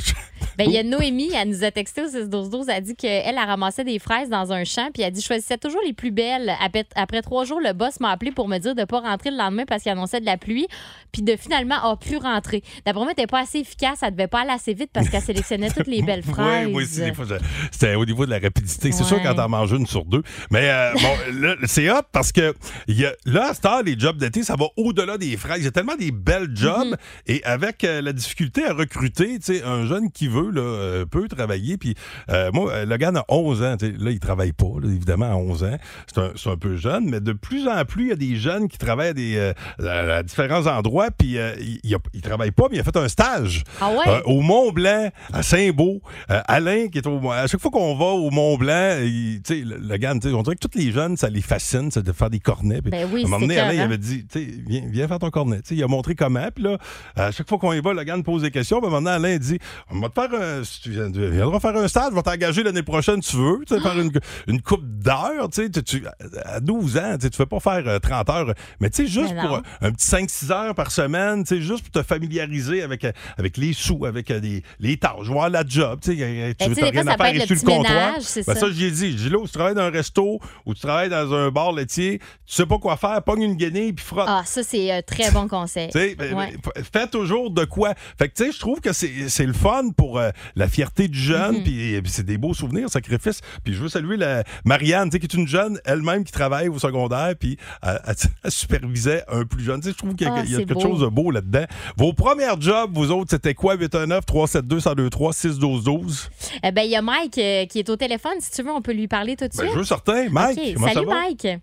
[SPEAKER 7] Ben, il y a Noémie, elle nous a texté au 6-12-12, elle dit qu'elle, elle ramassait des fraises dans un champ, puis elle dit Je choisissais toujours les plus belles. Après, après trois jours, le boss m'a appelé pour me dire de ne pas rentrer le lendemain parce qu'il annonçait de la pluie, puis de finalement a pu rentrer. D'après moi, elle n'était pas assez efficace, elle devait pas aller assez vite parce qu'elle sélectionnait toutes les belles fraises.
[SPEAKER 3] Oui, moi aussi, des fois, je- c'était au niveau de la rapidité. C'est sûr
[SPEAKER 7] Ouais.
[SPEAKER 3] quand t'en manges une sur deux. Mais euh, bon, là, c'est hot parce que il y a, là, à cette heure, les jobs d'été, ça va au-delà des fraises. Il y a tellement des
[SPEAKER 7] Mhm.
[SPEAKER 3] belles jobs et avec euh, la difficulté à recruter, tu sais, un jeune qui veut là, euh, peut travailler. Puis euh, moi, euh, Logan a 11 ans. tu sais. Là, il travaille pas, là, évidemment, à 11 ans. C'est un, c'est un peu jeune, mais de plus en plus, il y a des jeunes qui travaillent à, des, euh, à- à différents endroits. Puis euh, il- il a- il travaille pas, mais il a fait un stage.
[SPEAKER 7] Ah ouais?
[SPEAKER 3] Euh, au Mont Blanc, à Saint-Beau, euh, Alain qui est au À chaque fois qu'on va au Mont Blanc, il- tu sais, le, le gars, tu sais, on dirait que tous les jeunes, ça les fascine, c'est de faire des cornets. Puis
[SPEAKER 7] Ben oui,
[SPEAKER 3] à un moment
[SPEAKER 7] c'est
[SPEAKER 3] donné, Alain, il
[SPEAKER 7] écœurant.
[SPEAKER 3] avait dit, tu sais, viens, viens faire ton cornet. Tu sais, il a montré comment. Puis là, à chaque fois qu'on y va, le gars nous pose des questions. Puis maintenant, Alain dit, on va te faire un, si tu viens- tu viendras faire un stage, je vais t'engager l'année prochaine, tu veux, tu sais, faire une, une coupe d'heures, tu sais, tu- tu- à 12 ans, tu sais, tu fais pas faire euh, 30 heures. Mais tu sais, juste
[SPEAKER 7] Mais non.
[SPEAKER 3] pour un petit 5-6 heures par semaine, tu sais, juste pour te familiariser avec, euh, avec les sous, avec euh, les, les tâches, voir la job. Tu sais, euh,
[SPEAKER 7] Ben,
[SPEAKER 3] tu
[SPEAKER 7] tu sais,
[SPEAKER 3] t'as
[SPEAKER 7] des fois,
[SPEAKER 3] rien à
[SPEAKER 7] ça peut
[SPEAKER 3] faire
[SPEAKER 7] être le
[SPEAKER 3] et sur
[SPEAKER 7] petit
[SPEAKER 3] comptoir.
[SPEAKER 7] ménage, c'est
[SPEAKER 3] Ben,
[SPEAKER 7] ça.
[SPEAKER 3] ça, j'ai dit. J'ai dit, là, où tu travailles dans un resto ou tu travailles dans un bar laitier, tu sais pas quoi faire, pogne une guenille puis frotte.
[SPEAKER 7] Ah, ça, c'est un très bon conseil.
[SPEAKER 3] Tu sais, ben,
[SPEAKER 7] Ouais.
[SPEAKER 3] ben, f- fais toujours de quoi. Fait que, tu sais, je trouve que c'est c'est le fun pour euh, la fierté du jeune,
[SPEAKER 7] Mm-hmm.
[SPEAKER 3] puis euh, puis c'est des beaux souvenirs, sacrifices. Puis je veux saluer la Marianne, tu sais, qui est une jeune elle-même qui travaille au secondaire, puis elle, elle- elle supervisait un plus jeune. Tu sais, je trouve qu'il y a,
[SPEAKER 7] Ah,
[SPEAKER 3] il y a
[SPEAKER 7] c'est
[SPEAKER 3] quelque
[SPEAKER 7] beau.
[SPEAKER 3] chose de beau là-dedans. Vos premières jobs, vous autres, c'était quoi? 819-372-1023-612-12?
[SPEAKER 7] Eh ben, il y a Mike euh, qui est au téléphone. Si tu veux, on peut lui parler tout de
[SPEAKER 3] Ben,
[SPEAKER 7] suite.
[SPEAKER 3] je veux certain. Mike,
[SPEAKER 7] OK.
[SPEAKER 3] comment ça
[SPEAKER 7] Salut,
[SPEAKER 3] va?
[SPEAKER 7] Mike.
[SPEAKER 4] Euh,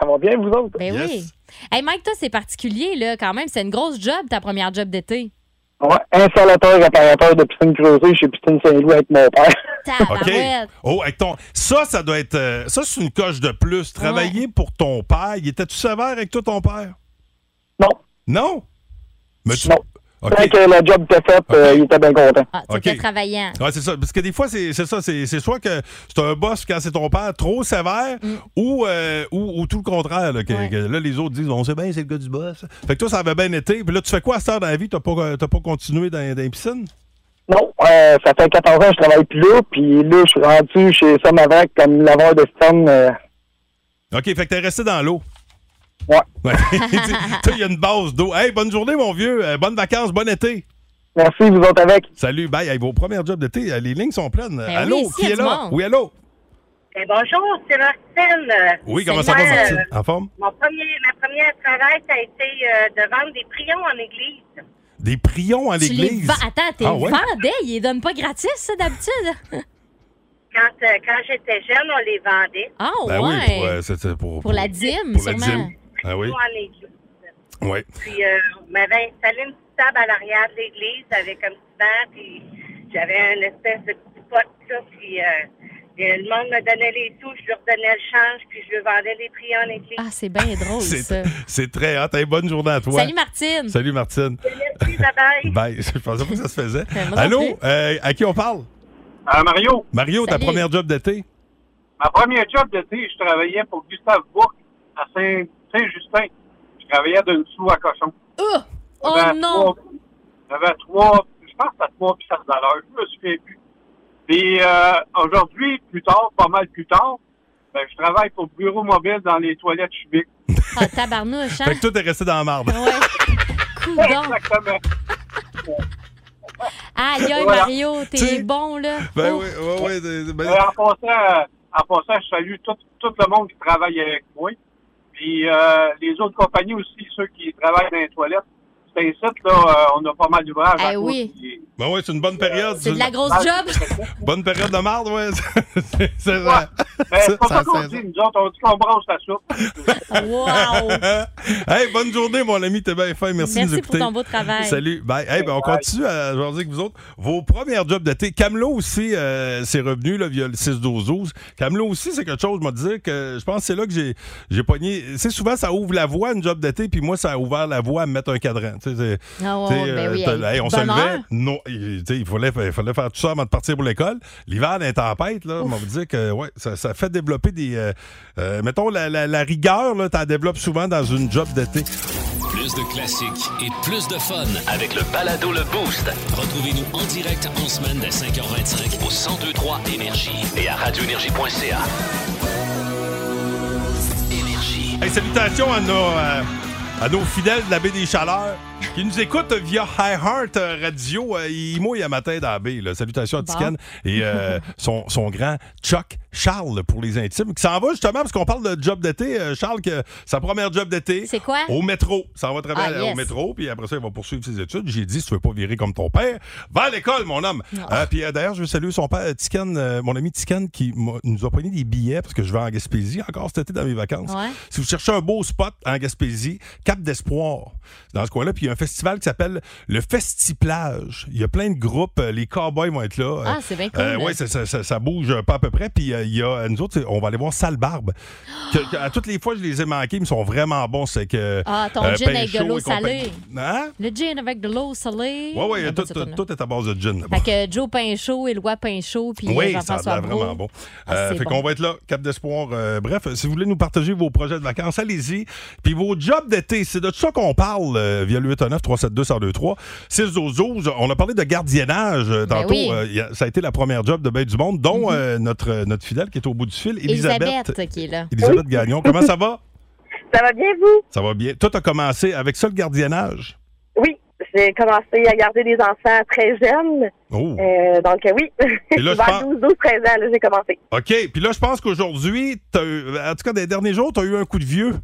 [SPEAKER 4] ça va bien, vous autres?
[SPEAKER 7] Ben
[SPEAKER 3] Yes.
[SPEAKER 7] oui. Hey, Mike, toi, c'est particulier, là, quand même. C'est une grosse job, ta première job d'été.
[SPEAKER 4] Ouais, installateur, réparateur de piscine creusée chez Piscine Saint-Louis avec mon père.
[SPEAKER 3] OK.
[SPEAKER 7] Tabarouette.
[SPEAKER 3] Oh, avec ton... Ça, ça doit être. euh, ça, c'est une coche de plus. Travailler pour ton père. Il était-tu sévère avec toi, ton père?
[SPEAKER 4] Non,
[SPEAKER 3] Non? Mais tu-
[SPEAKER 4] non.
[SPEAKER 3] OK.
[SPEAKER 4] Tant que la job était faite, euh, il était bien content.
[SPEAKER 7] Ah, t'étais
[SPEAKER 3] OK.
[SPEAKER 7] travaillant.
[SPEAKER 3] Ouais, c'est ça. Parce que des fois, c'est c'est ça. C'est c'est soit que c'est un boss quand c'est ton père trop sévère ou, euh, ou, ou tout le contraire. Là, que,
[SPEAKER 7] Ouais.
[SPEAKER 3] que là, les autres disent on sait bien, c'est le gars du boss. Fait que toi, ça avait bien été. Puis là, tu fais quoi à cette heure dans la vie? T'as pas, euh, t'as pas continué dans, dans les piscines?
[SPEAKER 4] Non, euh, ça fait 14 ans que je travaille plus là, puis là, je suis rendu chez Somavac comme laveur de stone. euh,
[SPEAKER 3] OK, fait que t'es resté dans l'eau.
[SPEAKER 4] ouais,
[SPEAKER 3] Ouais. Tu sais, Il y a une base d'eau. Hey, bonne journée, mon vieux. Euh, bonnes vacances, bon été.
[SPEAKER 4] merci, vous autres avec.
[SPEAKER 3] Salut, bye. Hey, vos premiers jobs d'été, euh, les lignes sont pleines.
[SPEAKER 7] Ben oui,
[SPEAKER 3] allô,
[SPEAKER 7] ici,
[SPEAKER 3] qui
[SPEAKER 7] y a
[SPEAKER 3] est
[SPEAKER 7] du
[SPEAKER 3] là?
[SPEAKER 7] monde.
[SPEAKER 3] Oui, allô?
[SPEAKER 9] Eh, bonjour, c'est Martine.
[SPEAKER 3] Oui,
[SPEAKER 7] Salut.
[SPEAKER 3] comment ça va,
[SPEAKER 9] Ouais,
[SPEAKER 3] Martine? En forme?
[SPEAKER 9] Mon premier, ma première travail, ça a été euh, de vendre des prions en église.
[SPEAKER 3] Des prions à
[SPEAKER 7] Tu les
[SPEAKER 3] l'église.
[SPEAKER 7] vends. Attends, t'es
[SPEAKER 3] Ah ouais?
[SPEAKER 7] vendais. Ils les donnent pas gratis, ça, d'habitude.
[SPEAKER 9] Quand, euh, quand j'étais jeune, on les vendait.
[SPEAKER 7] Ah,
[SPEAKER 3] Ben
[SPEAKER 7] ouais.
[SPEAKER 3] oui, pour, euh, c'est- c'est pour,
[SPEAKER 7] Pour la dîme,
[SPEAKER 3] Pour la
[SPEAKER 7] sûrement.
[SPEAKER 3] dîme. Ah oui,
[SPEAKER 9] Nous, en église.
[SPEAKER 3] oui.
[SPEAKER 9] Puis, euh, on m'avait installé une petite table à l'arrière de l'église avec un petit banc, puis j'avais une espèce de petit pot, là, puis euh, et le monde me donnait les sous, je leur donnais le change, puis je leur vendais les prix en église.
[SPEAKER 7] Ah, c'est bien drôle, ça.
[SPEAKER 3] C'est c'est très hot. Hey, bonne journée à toi.
[SPEAKER 7] Salut, Martine.
[SPEAKER 3] Salut, Martine.
[SPEAKER 9] Merci, bye-bye.
[SPEAKER 3] Bye. Je pensais pas que ça se faisait.
[SPEAKER 7] Ben, moi non
[SPEAKER 3] Allô?
[SPEAKER 7] plus.
[SPEAKER 3] euh, à qui on parle?
[SPEAKER 4] Ah, Mario,
[SPEAKER 3] Mario, ta
[SPEAKER 7] Salut.
[SPEAKER 3] première job d'été?
[SPEAKER 4] ma première job d'été, je travaillais pour Gustave Bourque à Saint-Justin. je travaillais d'une sous à cochon.
[SPEAKER 7] Oh, oh non.
[SPEAKER 4] J'avais trois, je pense à trois piastres à l'heure. Je me souviens plus. Puis euh, aujourd'hui, plus tard, pas mal plus tard, ben, je travaille pour Bureau Mobile dans les toilettes cubiques.
[SPEAKER 7] Ah, tabarnouche,
[SPEAKER 3] Fait
[SPEAKER 7] hein?
[SPEAKER 3] que toi, t'es resté dans la marde.
[SPEAKER 7] Ouais. Coudon.
[SPEAKER 4] Exactement.
[SPEAKER 7] Aïe, aïe,
[SPEAKER 4] Voilà.
[SPEAKER 7] Mario,
[SPEAKER 3] Tu
[SPEAKER 7] t'es
[SPEAKER 3] sais-
[SPEAKER 7] bon, là.
[SPEAKER 3] Ben
[SPEAKER 7] Oh.
[SPEAKER 3] oui, oui, oui. c'est- ben-
[SPEAKER 4] Euh, en, passant, en passant, je salue tout, tout le monde qui travaille avec moi. Puis euh, les autres compagnies aussi, ceux qui travaillent dans les toilettes. C'est un site, là, euh, on a pas mal d'ouvrages. à
[SPEAKER 7] Eh
[SPEAKER 4] cause
[SPEAKER 7] oui.
[SPEAKER 4] des-
[SPEAKER 3] ben oui, c'est une bonne période.
[SPEAKER 7] C'est de la
[SPEAKER 3] une
[SPEAKER 7] grosse
[SPEAKER 9] Ah.
[SPEAKER 7] job.
[SPEAKER 4] Euh,
[SPEAKER 3] bonne période de marde, ouais. C'est- c'est vrai.
[SPEAKER 4] Ben,
[SPEAKER 3] Ça-
[SPEAKER 4] c'est pas
[SPEAKER 3] ça
[SPEAKER 4] ça qu'on
[SPEAKER 3] sert.
[SPEAKER 4] dit, nous autres. On dit qu'on brosse la soupe.
[SPEAKER 7] Wow.
[SPEAKER 3] hey, bonne journée, mon ami. T'es bien fin. Merci, de nous
[SPEAKER 7] Merci pour
[SPEAKER 3] écouter.
[SPEAKER 7] ton beau travail.
[SPEAKER 3] Salut. Bye. Hey, ben, on
[SPEAKER 4] Bye.
[SPEAKER 3] continue à jaser avec vous autres. Vos premières jobs d'été. Camelot aussi, euh, c'est revenu là, via le 6-12-12. Camelot aussi, c'est quelque chose, je vais te dire, que je pense que c'est là que j'ai, j'ai pogné. C'est souvent, ça ouvre la voie, une job d'été, puis moi, ça a ouvert la voie à me mettre un cadran. Tu sais, c'est-
[SPEAKER 7] Ah, ouais,
[SPEAKER 3] tu sais,
[SPEAKER 7] ben
[SPEAKER 3] euh,
[SPEAKER 7] oui,
[SPEAKER 3] t'as-
[SPEAKER 7] hey,
[SPEAKER 3] hey, on se
[SPEAKER 7] bonheur.
[SPEAKER 3] levait. Non, il, tu sais, il fallait, il fallait faire tout ça avant de partir pour l'école. L'hiver, les tempêtes, là, on va vous dire que ouais, ça, ça fait développer des. euh, euh, mettons, la, la- la rigueur, là, t'en développes souvent dans une job d'été.
[SPEAKER 2] Plus Plus de classiques et plus de fun avec le balado Le Boost. Retrouvez-nous en direct en semaine dès 5h25 au 1023 Énergie et à radioénergie.ca. Énergie.
[SPEAKER 3] Hey, salutations à nos, euh, à nos fidèles de la baie des Chaleurs qui nous écoutent via High Heart euh, Radio. Euh, ils mouillent à matin dans la baie. là. Salutations à
[SPEAKER 7] Bon.
[SPEAKER 3] Ticane et euh, son, son grand Chuck Charles pour les intimes qui s'en va justement parce qu'on parle de job d'été. Euh, Charles, que sa première job d'été.
[SPEAKER 7] C'est quoi?
[SPEAKER 3] Au métro. Ça va travailler
[SPEAKER 7] Ah, yes.
[SPEAKER 3] au métro, puis après ça, il va poursuivre ses études. J'ai dit, si tu veux pas virer comme ton père, va à l'école, mon homme. Euh, puis euh, d'ailleurs, je veux saluer son père, Tican, euh, mon ami Tican, qui m'a- nous a pris des billets parce que je vais en Gaspésie encore cet été dans mes vacances.
[SPEAKER 7] Ouais.
[SPEAKER 3] Si vous cherchez un beau spot en Gaspésie, Cap d'Espoir, dans ce coin-là, puis il y a un festival qui s'appelle le Festiplage. Il y a plein de groupes. euh, Les Cowboys vont être là.
[SPEAKER 7] Ah, c'est bien cool.
[SPEAKER 3] oui, ça, ça- ça- ça bouge pas à peu près. Puis euh, il y a, nous autres, on va aller voir Sale Barbe. Que- que- à toutes les fois, je les ai manqués, mais ils sont vraiment bons. C'est que.
[SPEAKER 7] Ah, ton gin avec de
[SPEAKER 3] Pinchot
[SPEAKER 7] l'eau
[SPEAKER 3] et compagnie.
[SPEAKER 7] salée.
[SPEAKER 3] Hein?
[SPEAKER 7] Le gin avec de l'eau salée.
[SPEAKER 3] Oui, oui,
[SPEAKER 7] Ah,
[SPEAKER 3] tout,
[SPEAKER 7] bah, ça tourne.
[SPEAKER 3] tout est à base de gin là-bas.
[SPEAKER 7] Fait que Joe Pinchot, Éloi Pinchot, puis euh,
[SPEAKER 3] Oui, ça a
[SPEAKER 7] Jean-François
[SPEAKER 3] l'air vraiment
[SPEAKER 7] Brault.
[SPEAKER 3] bon.
[SPEAKER 7] Ah,
[SPEAKER 3] Euh,
[SPEAKER 7] c'est
[SPEAKER 3] fait
[SPEAKER 7] bon.
[SPEAKER 3] qu'on va être là, Cap d'Espoir. Euh, bref, si vous voulez nous partager vos projets de vacances, allez-y. Puis vos jobs d'été, c'est de ça qu'on parle euh, via le 819-372-1023. 612 On a parlé de gardiennage euh,
[SPEAKER 7] Ben
[SPEAKER 3] tantôt.
[SPEAKER 7] oui. Mm-hmm.
[SPEAKER 3] Euh, y a- ça a été la première job de Bain du Monde, dont euh, notre, euh, notre fidèle qui est au bout du fil, Elisabeth.
[SPEAKER 7] Elisabeth qui est là.
[SPEAKER 3] Elisabeth Gagnon, comment ça va?
[SPEAKER 9] Ça va bien, vous?
[SPEAKER 3] Ça va bien. Tout a commencé avec ça, le gardiennage.
[SPEAKER 9] Oui, j'ai commencé à garder des enfants très jeunes.
[SPEAKER 3] Oh.
[SPEAKER 9] Euh, donc, euh, oui,
[SPEAKER 3] là, je
[SPEAKER 9] vers
[SPEAKER 3] pense-
[SPEAKER 9] 12, 12, 13 ans, là, j'ai commencé.
[SPEAKER 3] OK. Puis là, je pense qu'aujourd'hui, t'as eu- en tout cas, des derniers jours, tu as eu un coup de vieux.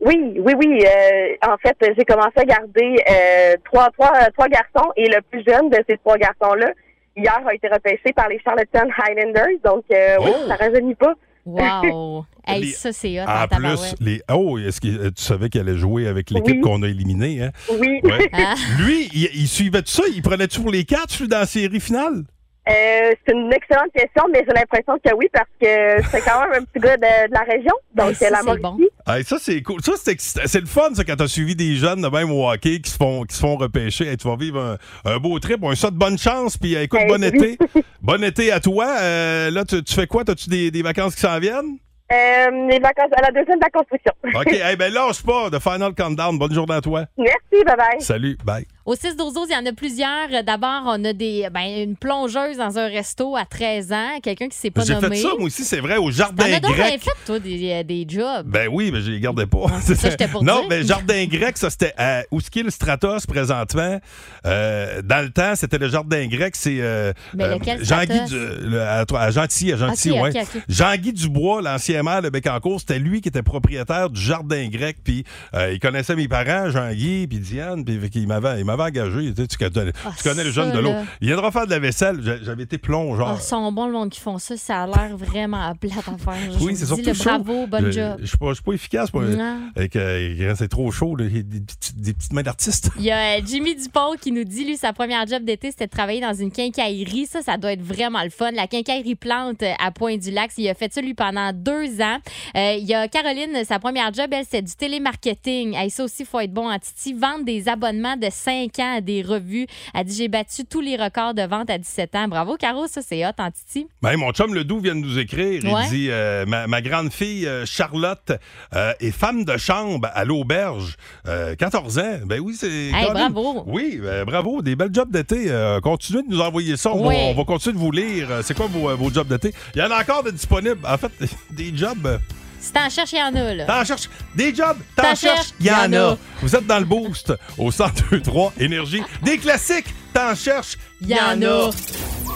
[SPEAKER 9] Oui, oui, oui. euh, en fait, j'ai commencé à garder euh, trois, trois, trois garçons et le plus jeune de ces trois garçons-là, hier, a été repêché par les Charlottetown Highlanders. Donc, euh, oui,
[SPEAKER 3] Oh!
[SPEAKER 9] ça rajeunit pas.
[SPEAKER 7] Wow! hey,
[SPEAKER 3] Les- Ah,
[SPEAKER 7] ça, c'est hot.
[SPEAKER 3] En
[SPEAKER 9] Ah,
[SPEAKER 7] en
[SPEAKER 3] plus,
[SPEAKER 7] tabarouette.
[SPEAKER 3] les. Oh, est-ce que euh, tu savais qu'elle allait jouer avec l'équipe
[SPEAKER 9] Oui.
[SPEAKER 3] qu'on a éliminée, hein?
[SPEAKER 9] Oui.
[SPEAKER 3] Ouais.
[SPEAKER 7] Ah.
[SPEAKER 3] Lui, il, il suivait tout ça, il prenait tout pour les quatre, lui, dans la série finale.
[SPEAKER 9] Euh, c'est une excellente question, mais j'ai l'impression que oui, parce que c'est quand même un petit gars de, de la région.
[SPEAKER 7] Ben,
[SPEAKER 9] Donc,
[SPEAKER 7] ça,
[SPEAKER 9] la
[SPEAKER 7] c'est
[SPEAKER 9] Mauricie.
[SPEAKER 7] bon.
[SPEAKER 3] Hey, ça, c'est cool. Ça, c'est excitant. C'est le fun, ça, quand t'as suivi des jeunes de même au hockey qui se font, qui se font repêcher. Hey, tu vas vivre un, un beau trip, un saut de bonne chance, puis euh, écoute,
[SPEAKER 9] Hey,
[SPEAKER 3] bon
[SPEAKER 9] oui.
[SPEAKER 3] été. Bon été à toi. Euh, là, tu, tu fais quoi? T'as-tu des, des vacances qui s'en viennent?
[SPEAKER 9] Euh, les vacances à la deuxième de la construction.
[SPEAKER 3] OK, hey, ben lâche pas de Final Countdown. Bonne journée à toi.
[SPEAKER 9] Merci, bye bye.
[SPEAKER 3] Salut, bye.
[SPEAKER 7] Au 6 12 12, il y en a plusieurs. Euh, D'abord, on a des, ben, une plongeuse dans un resto à 13 ans, quelqu'un qui s'est pas
[SPEAKER 3] J'ai fait
[SPEAKER 7] nommé.
[SPEAKER 3] ça, moi aussi, c'est vrai, au
[SPEAKER 7] T'en
[SPEAKER 3] Jardin
[SPEAKER 7] as donc bien
[SPEAKER 3] grec.
[SPEAKER 7] fait, toi, des, euh, des jobs.
[SPEAKER 3] Ben oui, mais je les gardais pas.
[SPEAKER 7] c'est ça que j'étais pour
[SPEAKER 3] non,
[SPEAKER 7] dire.
[SPEAKER 3] mais Jardin grec, ça c'était à Ouskil Stratos présentement. Euh, dans le temps, c'était le Jardin grec, c'est euh,
[SPEAKER 7] Mais lequel
[SPEAKER 3] Jean-Guy
[SPEAKER 7] Stratos?
[SPEAKER 3] Du- le- à, à Gentil, à Gentil,
[SPEAKER 7] Ok, ok,
[SPEAKER 3] ouais.
[SPEAKER 7] ok.
[SPEAKER 3] Jean-Guy Dubois, l'ancien maire de Bécancour, c'était lui qui était propriétaire du Jardin grec, puis euh, il connaissait mes parents, Jean-Guy, puis Diane, puis il m'avait il m'avait engagé, tu, sais, tu connais,
[SPEAKER 7] Ah,
[SPEAKER 3] tu connais le
[SPEAKER 7] ça,
[SPEAKER 3] jeune de l'eau.
[SPEAKER 7] là.
[SPEAKER 3] Il viendra faire de la vaisselle, J'a- j'avais été
[SPEAKER 7] Ah,
[SPEAKER 3] plongeur.
[SPEAKER 7] sont bons le monde qui font ça. Ça a l'air vraiment plate à faire.
[SPEAKER 3] oui,
[SPEAKER 7] Je vous
[SPEAKER 3] c'est
[SPEAKER 7] dis
[SPEAKER 3] surtout
[SPEAKER 7] le
[SPEAKER 3] chaud.
[SPEAKER 7] bravo, bonne
[SPEAKER 3] Je-
[SPEAKER 7] job.
[SPEAKER 3] Je suis pas, je suis pas efficace. moi.
[SPEAKER 7] Non.
[SPEAKER 3] Et que euh, c'est trop chaud, là. Il y a des, petites- des petites mains d'artistes.
[SPEAKER 7] Il y a euh, Jimmy Dupont qui nous dit, lui, sa première job d'été, c'était de travailler dans une quincaillerie. Ça, ça doit être vraiment le fun. La quincaillerie plante euh, à Pointe-du-Lac. Il a fait ça, lui, pendant deux ans. Euh, il y a Caroline, sa première job, elle, c'est du télémarketing. Hey, ça aussi, faut être bon en titi. Vendre des abonnements de 5 ans à des revues. Elle dit, j'ai battu tous les records de vente à 17 ans. Bravo, Caro, ça, c'est hot en titi.
[SPEAKER 3] Ben, mon chum Ledoux vient de nous écrire.
[SPEAKER 7] Ouais.
[SPEAKER 3] Il dit euh, ma, ma grande fille euh, Charlotte euh, est femme de chambre à l'auberge. Euh, 14 ans. Ben oui, c'est.
[SPEAKER 7] Hey,
[SPEAKER 3] quand même-
[SPEAKER 7] bravo.
[SPEAKER 3] Oui, euh, bravo. Des belles jobs d'été. Euh, continuez de nous envoyer ça. On,
[SPEAKER 7] Oui.
[SPEAKER 3] va, on va continuer de vous lire. Euh, C'est quoi vos, euh, vos jobs d'été? Il y en a encore de disponibles. En fait, des jobs. euh,
[SPEAKER 7] Si t'en cherches, il y en a, là.
[SPEAKER 3] T'en cherches des jobs, t'en
[SPEAKER 7] T'en
[SPEAKER 3] cherches,
[SPEAKER 7] cherches,
[SPEAKER 3] il y en
[SPEAKER 7] y en
[SPEAKER 3] a.
[SPEAKER 7] a.
[SPEAKER 3] Vous êtes dans le boost au 1023 Énergie. Des classiques, t'en cherches, il y en a.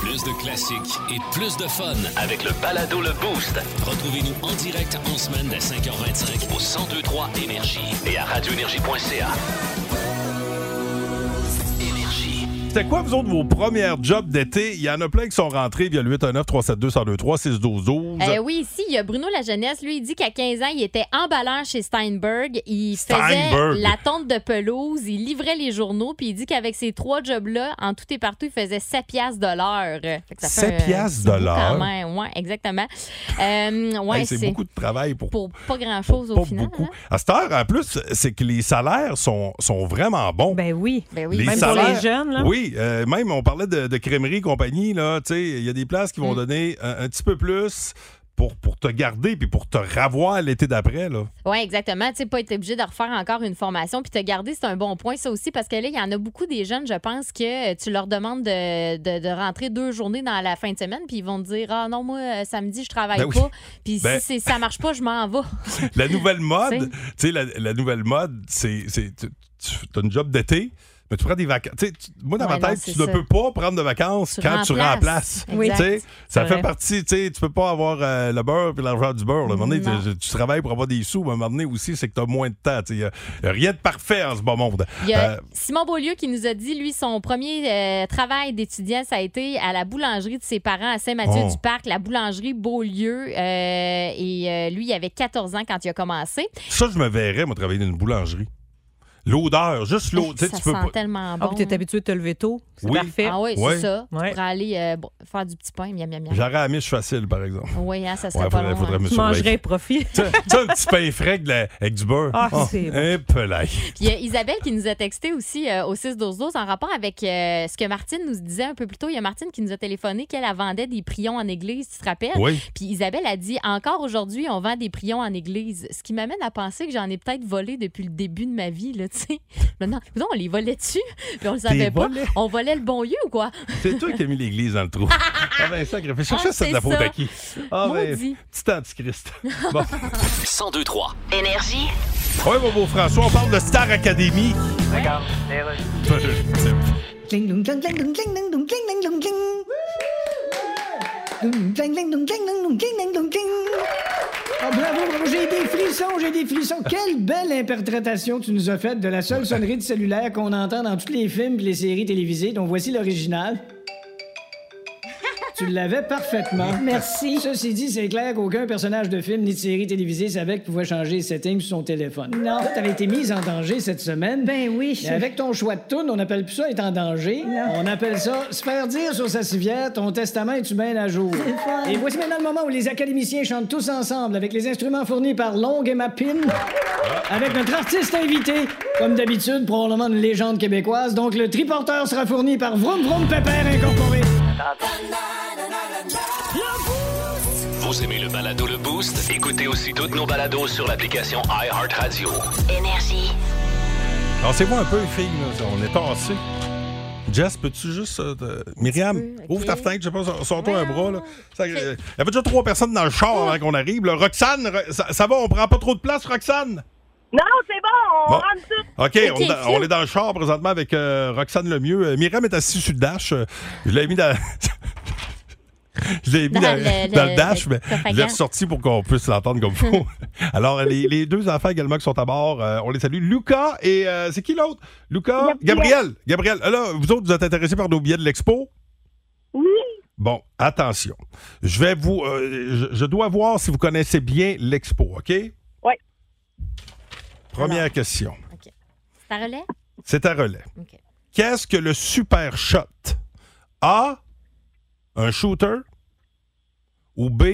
[SPEAKER 2] Plus de classiques et plus de fun avec le balado Le Boost. Retrouvez-nous en direct en semaine dès 5h25 au 1023 Énergie et à radioénergie.ca. Énergie.
[SPEAKER 3] C'était quoi, vous autres, vos premières jobs d'été? Il y en a plein qui sont rentrés via le 819 372 1023 612 12
[SPEAKER 7] Euh, oui, ici, il y a Bruno La Jeunesse. Lui, il dit qu'à 15 ans, il était emballeur chez Steinberg. Il
[SPEAKER 3] Steinberg.
[SPEAKER 7] faisait la tonte de pelouse, il livrait les journaux, puis il dit qu'avec ces trois jobs-là, en tout et partout, il faisait 7 piastres de l'heure. Fait que ça fait
[SPEAKER 3] 7
[SPEAKER 7] un petit
[SPEAKER 3] piastres de
[SPEAKER 7] bout
[SPEAKER 3] l'heure.
[SPEAKER 7] quand même. Ouais, exactement. Euh, ouais,
[SPEAKER 3] Hey, c'est
[SPEAKER 7] c'est
[SPEAKER 3] beaucoup de travail pour,
[SPEAKER 7] pour pas grand-chose
[SPEAKER 3] pas
[SPEAKER 7] au final.
[SPEAKER 3] beaucoup.
[SPEAKER 7] hein.
[SPEAKER 3] À cette heure, en plus, c'est que les salaires sont, sont vraiment bons.
[SPEAKER 10] Ben oui.
[SPEAKER 7] Ben oui.
[SPEAKER 3] Les
[SPEAKER 10] Même
[SPEAKER 3] salaires-
[SPEAKER 10] pour les jeunes, là.
[SPEAKER 3] Oui, euh,
[SPEAKER 7] Mm.
[SPEAKER 3] même on parlait de, de crèmerie et compagnie, là, tu sais, il y a des places qui vont donner un, un petit peu plus pour, pour te garder puis pour te ravoir l'été d'après. là.
[SPEAKER 7] Oui, exactement. Tu sais, pas être obligé de refaire encore une formation puis te garder, c'est un bon point, ça aussi, parce que là, il y en a beaucoup des jeunes, je pense, que euh, tu leur demandes de, de- de rentrer deux journées dans la fin de semaine, puis ils vont te dire Ah non, moi, euh, samedi, je travaille
[SPEAKER 3] Ben oui.
[SPEAKER 7] pas. Puis
[SPEAKER 3] Ben-
[SPEAKER 7] si c'est- ça marche pas, je m'en vais.
[SPEAKER 3] La nouvelle mode, tu sais, la, la nouvelle mode, c'est. c'est- Tu as une job d'été, mais tu prends des vacances. Tu sais, tu- moi, dans
[SPEAKER 7] Ouais,
[SPEAKER 3] ma
[SPEAKER 7] non,
[SPEAKER 3] tête,
[SPEAKER 7] c'est
[SPEAKER 3] tu ne
[SPEAKER 7] ça.
[SPEAKER 3] peux pas prendre de vacances
[SPEAKER 7] Tu
[SPEAKER 3] quand tu remplaces.
[SPEAKER 7] remplaces. Oui.
[SPEAKER 3] Tu sais,
[SPEAKER 7] Exact.
[SPEAKER 3] ça
[SPEAKER 7] C'est
[SPEAKER 3] fait
[SPEAKER 7] vrai.
[SPEAKER 3] partie. Tu sais, tu peux pas avoir euh, le beurre et l'argent du beurre. là. À un moment donné,
[SPEAKER 7] Non.
[SPEAKER 3] tu, tu travailles pour avoir des sous, mais à un moment donné aussi, c'est que tu as moins de temps. Tu sais, y a- y a rien de parfait en ce bon monde.
[SPEAKER 7] Il y a
[SPEAKER 3] Euh,
[SPEAKER 7] Simon Beaulieu qui nous a dit, lui, son premier euh, travail d'étudiant, ça a été à la boulangerie de ses parents à Saint-Mathieu-du-Parc, la boulangerie Beaulieu. Euh, et euh, lui, il avait 14 ans quand il a commencé.
[SPEAKER 3] ça, je me verrais, moi, travailler dans une boulangerie. L'odeur, juste l'odeur. tu sais,
[SPEAKER 7] ça
[SPEAKER 3] tu peux
[SPEAKER 7] sent
[SPEAKER 3] pas-
[SPEAKER 7] tellement
[SPEAKER 10] Ah,
[SPEAKER 7] bon.
[SPEAKER 10] puis t'es habitué de te lever tôt. C'est
[SPEAKER 3] Oui.
[SPEAKER 10] parfait.
[SPEAKER 7] Ah oui, c'est
[SPEAKER 3] Ouais.
[SPEAKER 7] ça.
[SPEAKER 10] Ouais.
[SPEAKER 7] Tu pourrais aller euh, bo- faire du petit pain, miam, miam, miam.
[SPEAKER 3] J'aurais la miche facile, par exemple.
[SPEAKER 7] Oui, hein, ça serait
[SPEAKER 3] Ouais,
[SPEAKER 7] pas
[SPEAKER 3] faudrait,
[SPEAKER 7] long,
[SPEAKER 3] faudrait
[SPEAKER 7] hein.
[SPEAKER 3] me
[SPEAKER 10] Tu
[SPEAKER 3] surveiller.
[SPEAKER 10] mangerais profit.
[SPEAKER 3] Tu sais, tu sais, un petit pain frais de la- avec du beurre. Oh,
[SPEAKER 10] Ah, c'est bon.
[SPEAKER 3] un peu là.
[SPEAKER 7] Puis il y a Isabelle qui nous a texté aussi euh, au 6-12-12 en rapport avec euh, ce que Martine nous disait un peu plus tôt. Il y a Martine qui nous a téléphoné qu'elle elle vendait des prions en église, tu te rappelles?
[SPEAKER 3] Oui.
[SPEAKER 7] Puis Isabelle a dit encore aujourd'hui, on vend des prions en église. Ce qui m'amène à penser que j'en ai peut-être volé depuis le début de ma vie, là, tu sais. Maintenant, non, on les volait dessus, puis on le savait pas.
[SPEAKER 3] volé?
[SPEAKER 7] On volait le bon lieu ou quoi?
[SPEAKER 3] C'est toi qui as mis l'église dans le trou. Ah ben ça, Griffin, cherche ça
[SPEAKER 7] Ah, c'est
[SPEAKER 3] de la faute
[SPEAKER 7] ça.
[SPEAKER 3] à qui? Ah ben,
[SPEAKER 7] Maudit.
[SPEAKER 3] petit antichrist. Bon.
[SPEAKER 2] 1023.
[SPEAKER 9] Énergie.
[SPEAKER 3] Oui, mon beau François, on parle de Star Academy.
[SPEAKER 5] Ah,
[SPEAKER 8] Cling, dung, clang, clang, dung, cling, dung, dung, cling, dung, dung, cling. Dung, dung, clang, clang, dung, cling, dung, dung, cling, dung, dung, cling.
[SPEAKER 5] Ah, bravo, bravo, j'ai des frissons, j'ai des frissons. Quelle belle interprétation tu nous as faite de la seule sonnerie de cellulaire qu'on entend dans tous les films et les séries télévisées, dont voici l'original. Tu l'avais parfaitement.
[SPEAKER 8] Merci.
[SPEAKER 5] Ceci dit, c'est clair qu'aucun personnage de film ni de série télévisée savait que pouvait changer les settings sur son téléphone.
[SPEAKER 8] Non.
[SPEAKER 5] Toi, t'avais été mise en danger cette semaine.
[SPEAKER 8] Ben oui.
[SPEAKER 5] Mais
[SPEAKER 8] je-
[SPEAKER 5] avec ton choix de tune, on appelle plus ça être en danger. On appelle ça se faire dire sur sa civière, ton testament est-tu bien à jour.
[SPEAKER 8] fun.
[SPEAKER 5] Et voici maintenant le moment où les académiciens chantent tous ensemble avec les instruments fournis par Longue et Mapine, avec notre artiste invité, comme d'habitude, probablement une légende québécoise. Donc le triporteur sera fourni par Vroom Vroom Pépère Incorporé.
[SPEAKER 2] Vous aimez le balado Le Boost? Écoutez aussi toutes nos balados sur l'application iHeartRadio.
[SPEAKER 9] Énergie.
[SPEAKER 3] Alors, c'est moi un peu, les filles, là. on est tassés. Jess, peux-tu juste. euh, te- Myriam,
[SPEAKER 7] peux, ok.
[SPEAKER 3] ouvre ta fenêtre, je sais pas, sors-toi un
[SPEAKER 7] Ouais.
[SPEAKER 3] bras. Là. Ça, euh, Il y avait déjà trois personnes dans le char avant qu'on arrive. là. Roxane, Ro- ça, ça va, on prend pas trop de place, Roxane?
[SPEAKER 9] Non, c'est bon, on
[SPEAKER 3] Bon.
[SPEAKER 9] rentre tout.
[SPEAKER 3] OK, on, est dans-
[SPEAKER 7] Phil.
[SPEAKER 3] on est dans le char présentement avec euh, Roxane Lemieux. Euh, Myriam est assise sur le dash. Euh, je l'ai mis dans. Je l'ai mis dans,
[SPEAKER 7] Dans le-
[SPEAKER 3] dans
[SPEAKER 7] le-
[SPEAKER 3] le dash,
[SPEAKER 7] le
[SPEAKER 3] mais
[SPEAKER 7] coffre à
[SPEAKER 3] je l'ai
[SPEAKER 7] gants.
[SPEAKER 3] ressorti pour qu'on puisse l'entendre comme il faut. Alors, les, les deux enfants également qui sont à bord, euh, on les salue. Lucas et euh, c'est qui l'autre? Lucas? Gabriel. Gabriel. Euh, Là, vous autres, vous êtes intéressés par nos billets de l'expo?
[SPEAKER 9] Oui.
[SPEAKER 3] Bon, attention. Je vais vous. euh, je, je dois voir si vous connaissez bien l'expo, OK?
[SPEAKER 9] Oui.
[SPEAKER 3] Première question.
[SPEAKER 7] Ça relève?
[SPEAKER 3] C'est à relais.
[SPEAKER 7] OK.
[SPEAKER 3] Qu'est-ce que le super shot? A, un shooter. Ou B,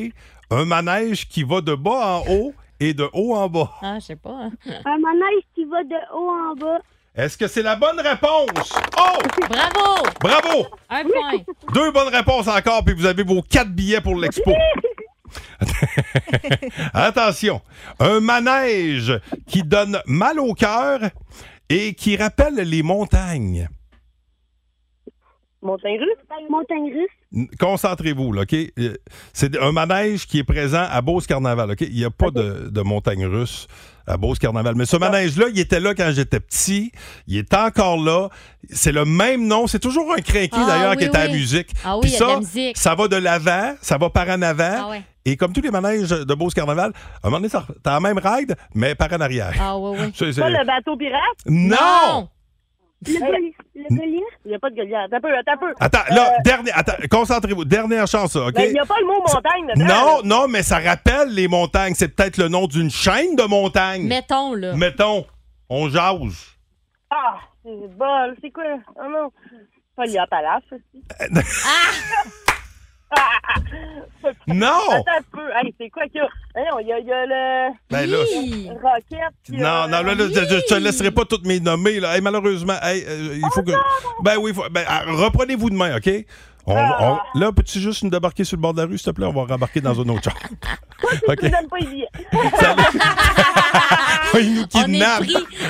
[SPEAKER 3] un manège qui va de bas en haut et de haut en bas.
[SPEAKER 7] Ah, je sais pas. hein.
[SPEAKER 9] Un manège qui va de haut en bas.
[SPEAKER 3] Est-ce que c'est la bonne réponse? Oh!
[SPEAKER 7] Bravo!
[SPEAKER 3] Bravo!
[SPEAKER 7] Un point.
[SPEAKER 3] Deux bonnes réponses encore, puis vous avez vos quatre billets pour l'expo. Attention, un manège qui donne mal au cœur et qui rappelle les montagnes.
[SPEAKER 9] Montagne russe. Montagne russe.
[SPEAKER 3] N- Concentrez-vous, là, OK? Euh, C'est un manège qui est présent à Beauce Carnaval, OK? Il n'y a pas de, de montagne russe à Beauce Carnaval. Mais ce manège-là, il était là quand j'étais petit. Il est encore là. C'est le même nom. C'est toujours un crinqué,
[SPEAKER 7] Ah,
[SPEAKER 3] d'ailleurs, qui
[SPEAKER 7] oui,
[SPEAKER 3] est à la
[SPEAKER 7] oui.
[SPEAKER 3] musique.
[SPEAKER 7] Ah oui,
[SPEAKER 3] Puis
[SPEAKER 7] il y a de la
[SPEAKER 3] ça,
[SPEAKER 7] musique.
[SPEAKER 3] ça va de l'avant, ça va par en avant.
[SPEAKER 7] Ah ouais.
[SPEAKER 3] Et comme tous les manèges de Beauce Carnaval, à un moment donné, ça- t'as la même ride, mais par en arrière.
[SPEAKER 7] Ah oui, oui.
[SPEAKER 3] Ça, c'est-
[SPEAKER 9] Pas le bateau pirate.
[SPEAKER 3] Non!
[SPEAKER 9] Le, Goliath. Il n'y a pas de Goliath. Attends un peu, attends un peu.
[SPEAKER 3] Attends, là,
[SPEAKER 7] Euh.
[SPEAKER 3] dernier, attends, concentrez-vous. Dernière chance, là, Ah, OK?
[SPEAKER 9] Ben, il n'y a pas le mot montagne dedans.
[SPEAKER 3] Non, non, mais ça rappelle les montagnes. C'est peut-être le nom d'une chaîne de montagnes.
[SPEAKER 7] Mettons, là.
[SPEAKER 3] Mettons, on jase.
[SPEAKER 9] Ah, c'est bol. C'est quoi? Oh non. Pas le Palace aussi.
[SPEAKER 3] Non! Oh!
[SPEAKER 9] Attends un peu. Hey, c'est quoi qu'il y a? Hey, non, Il y a, il y a le
[SPEAKER 3] Ben là,
[SPEAKER 7] Oui.
[SPEAKER 9] roquette. puis
[SPEAKER 3] non, non, là, là, je, je te laisserai pas toutes mes nommées. Là. Hey, malheureusement, hey, euh, il faut que. Ben oui, faut- ben, ah, reprenez-vous demain, OK? On- on- là, peux-tu juste nous débarquer sur le bord de la rue, s'il te plaît? On va rembarquer dans un autre char. OK.
[SPEAKER 11] Je vous donne pas les billets.
[SPEAKER 3] Il nous kidnappe.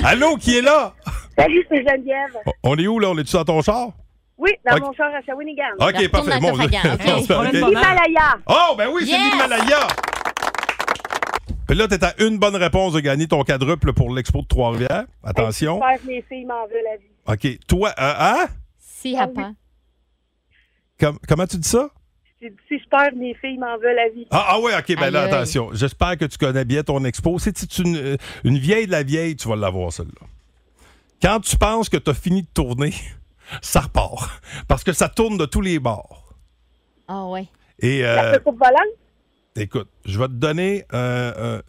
[SPEAKER 3] Allô, qui est là?
[SPEAKER 11] Salut, c'est Geneviève.
[SPEAKER 3] On est où, là? On est-tu dans ton char?
[SPEAKER 11] Oui, dans
[SPEAKER 3] Ok.
[SPEAKER 11] mon char à Shawinigan.
[SPEAKER 3] OK, parfait. Bon, on se fait- OK.
[SPEAKER 11] Himalaya.
[SPEAKER 3] Oh, ben oui, c'est
[SPEAKER 11] Yes.
[SPEAKER 3] l'Himalaya. Puis là, t'es à une bonne réponse de gagner ton quadruple pour l'Expo de Trois-Rivières. Attention.
[SPEAKER 11] J'espère que mes filles m'en veulent la vie.
[SPEAKER 3] OK. Toi, euh, hein?
[SPEAKER 7] Si, à part.
[SPEAKER 3] Com- comment tu dis ça?
[SPEAKER 11] J'ai dit, Si je perds, mes filles m'en veulent la vie.
[SPEAKER 3] Ah, ah ouais, OK, ben là,
[SPEAKER 11] Aïe, aïe.
[SPEAKER 3] attention. J'espère que tu connais bien ton expo. Si tu une, euh, une vieille de la vieille, tu vas l'avoir, celle-là. Quand tu penses que tu as fini de tourner, ça repart. Parce que ça tourne de tous les bords.
[SPEAKER 7] Ah, ouais.
[SPEAKER 3] Et euh,
[SPEAKER 11] La coupe volante?
[SPEAKER 3] écoute, je vais te donner euh,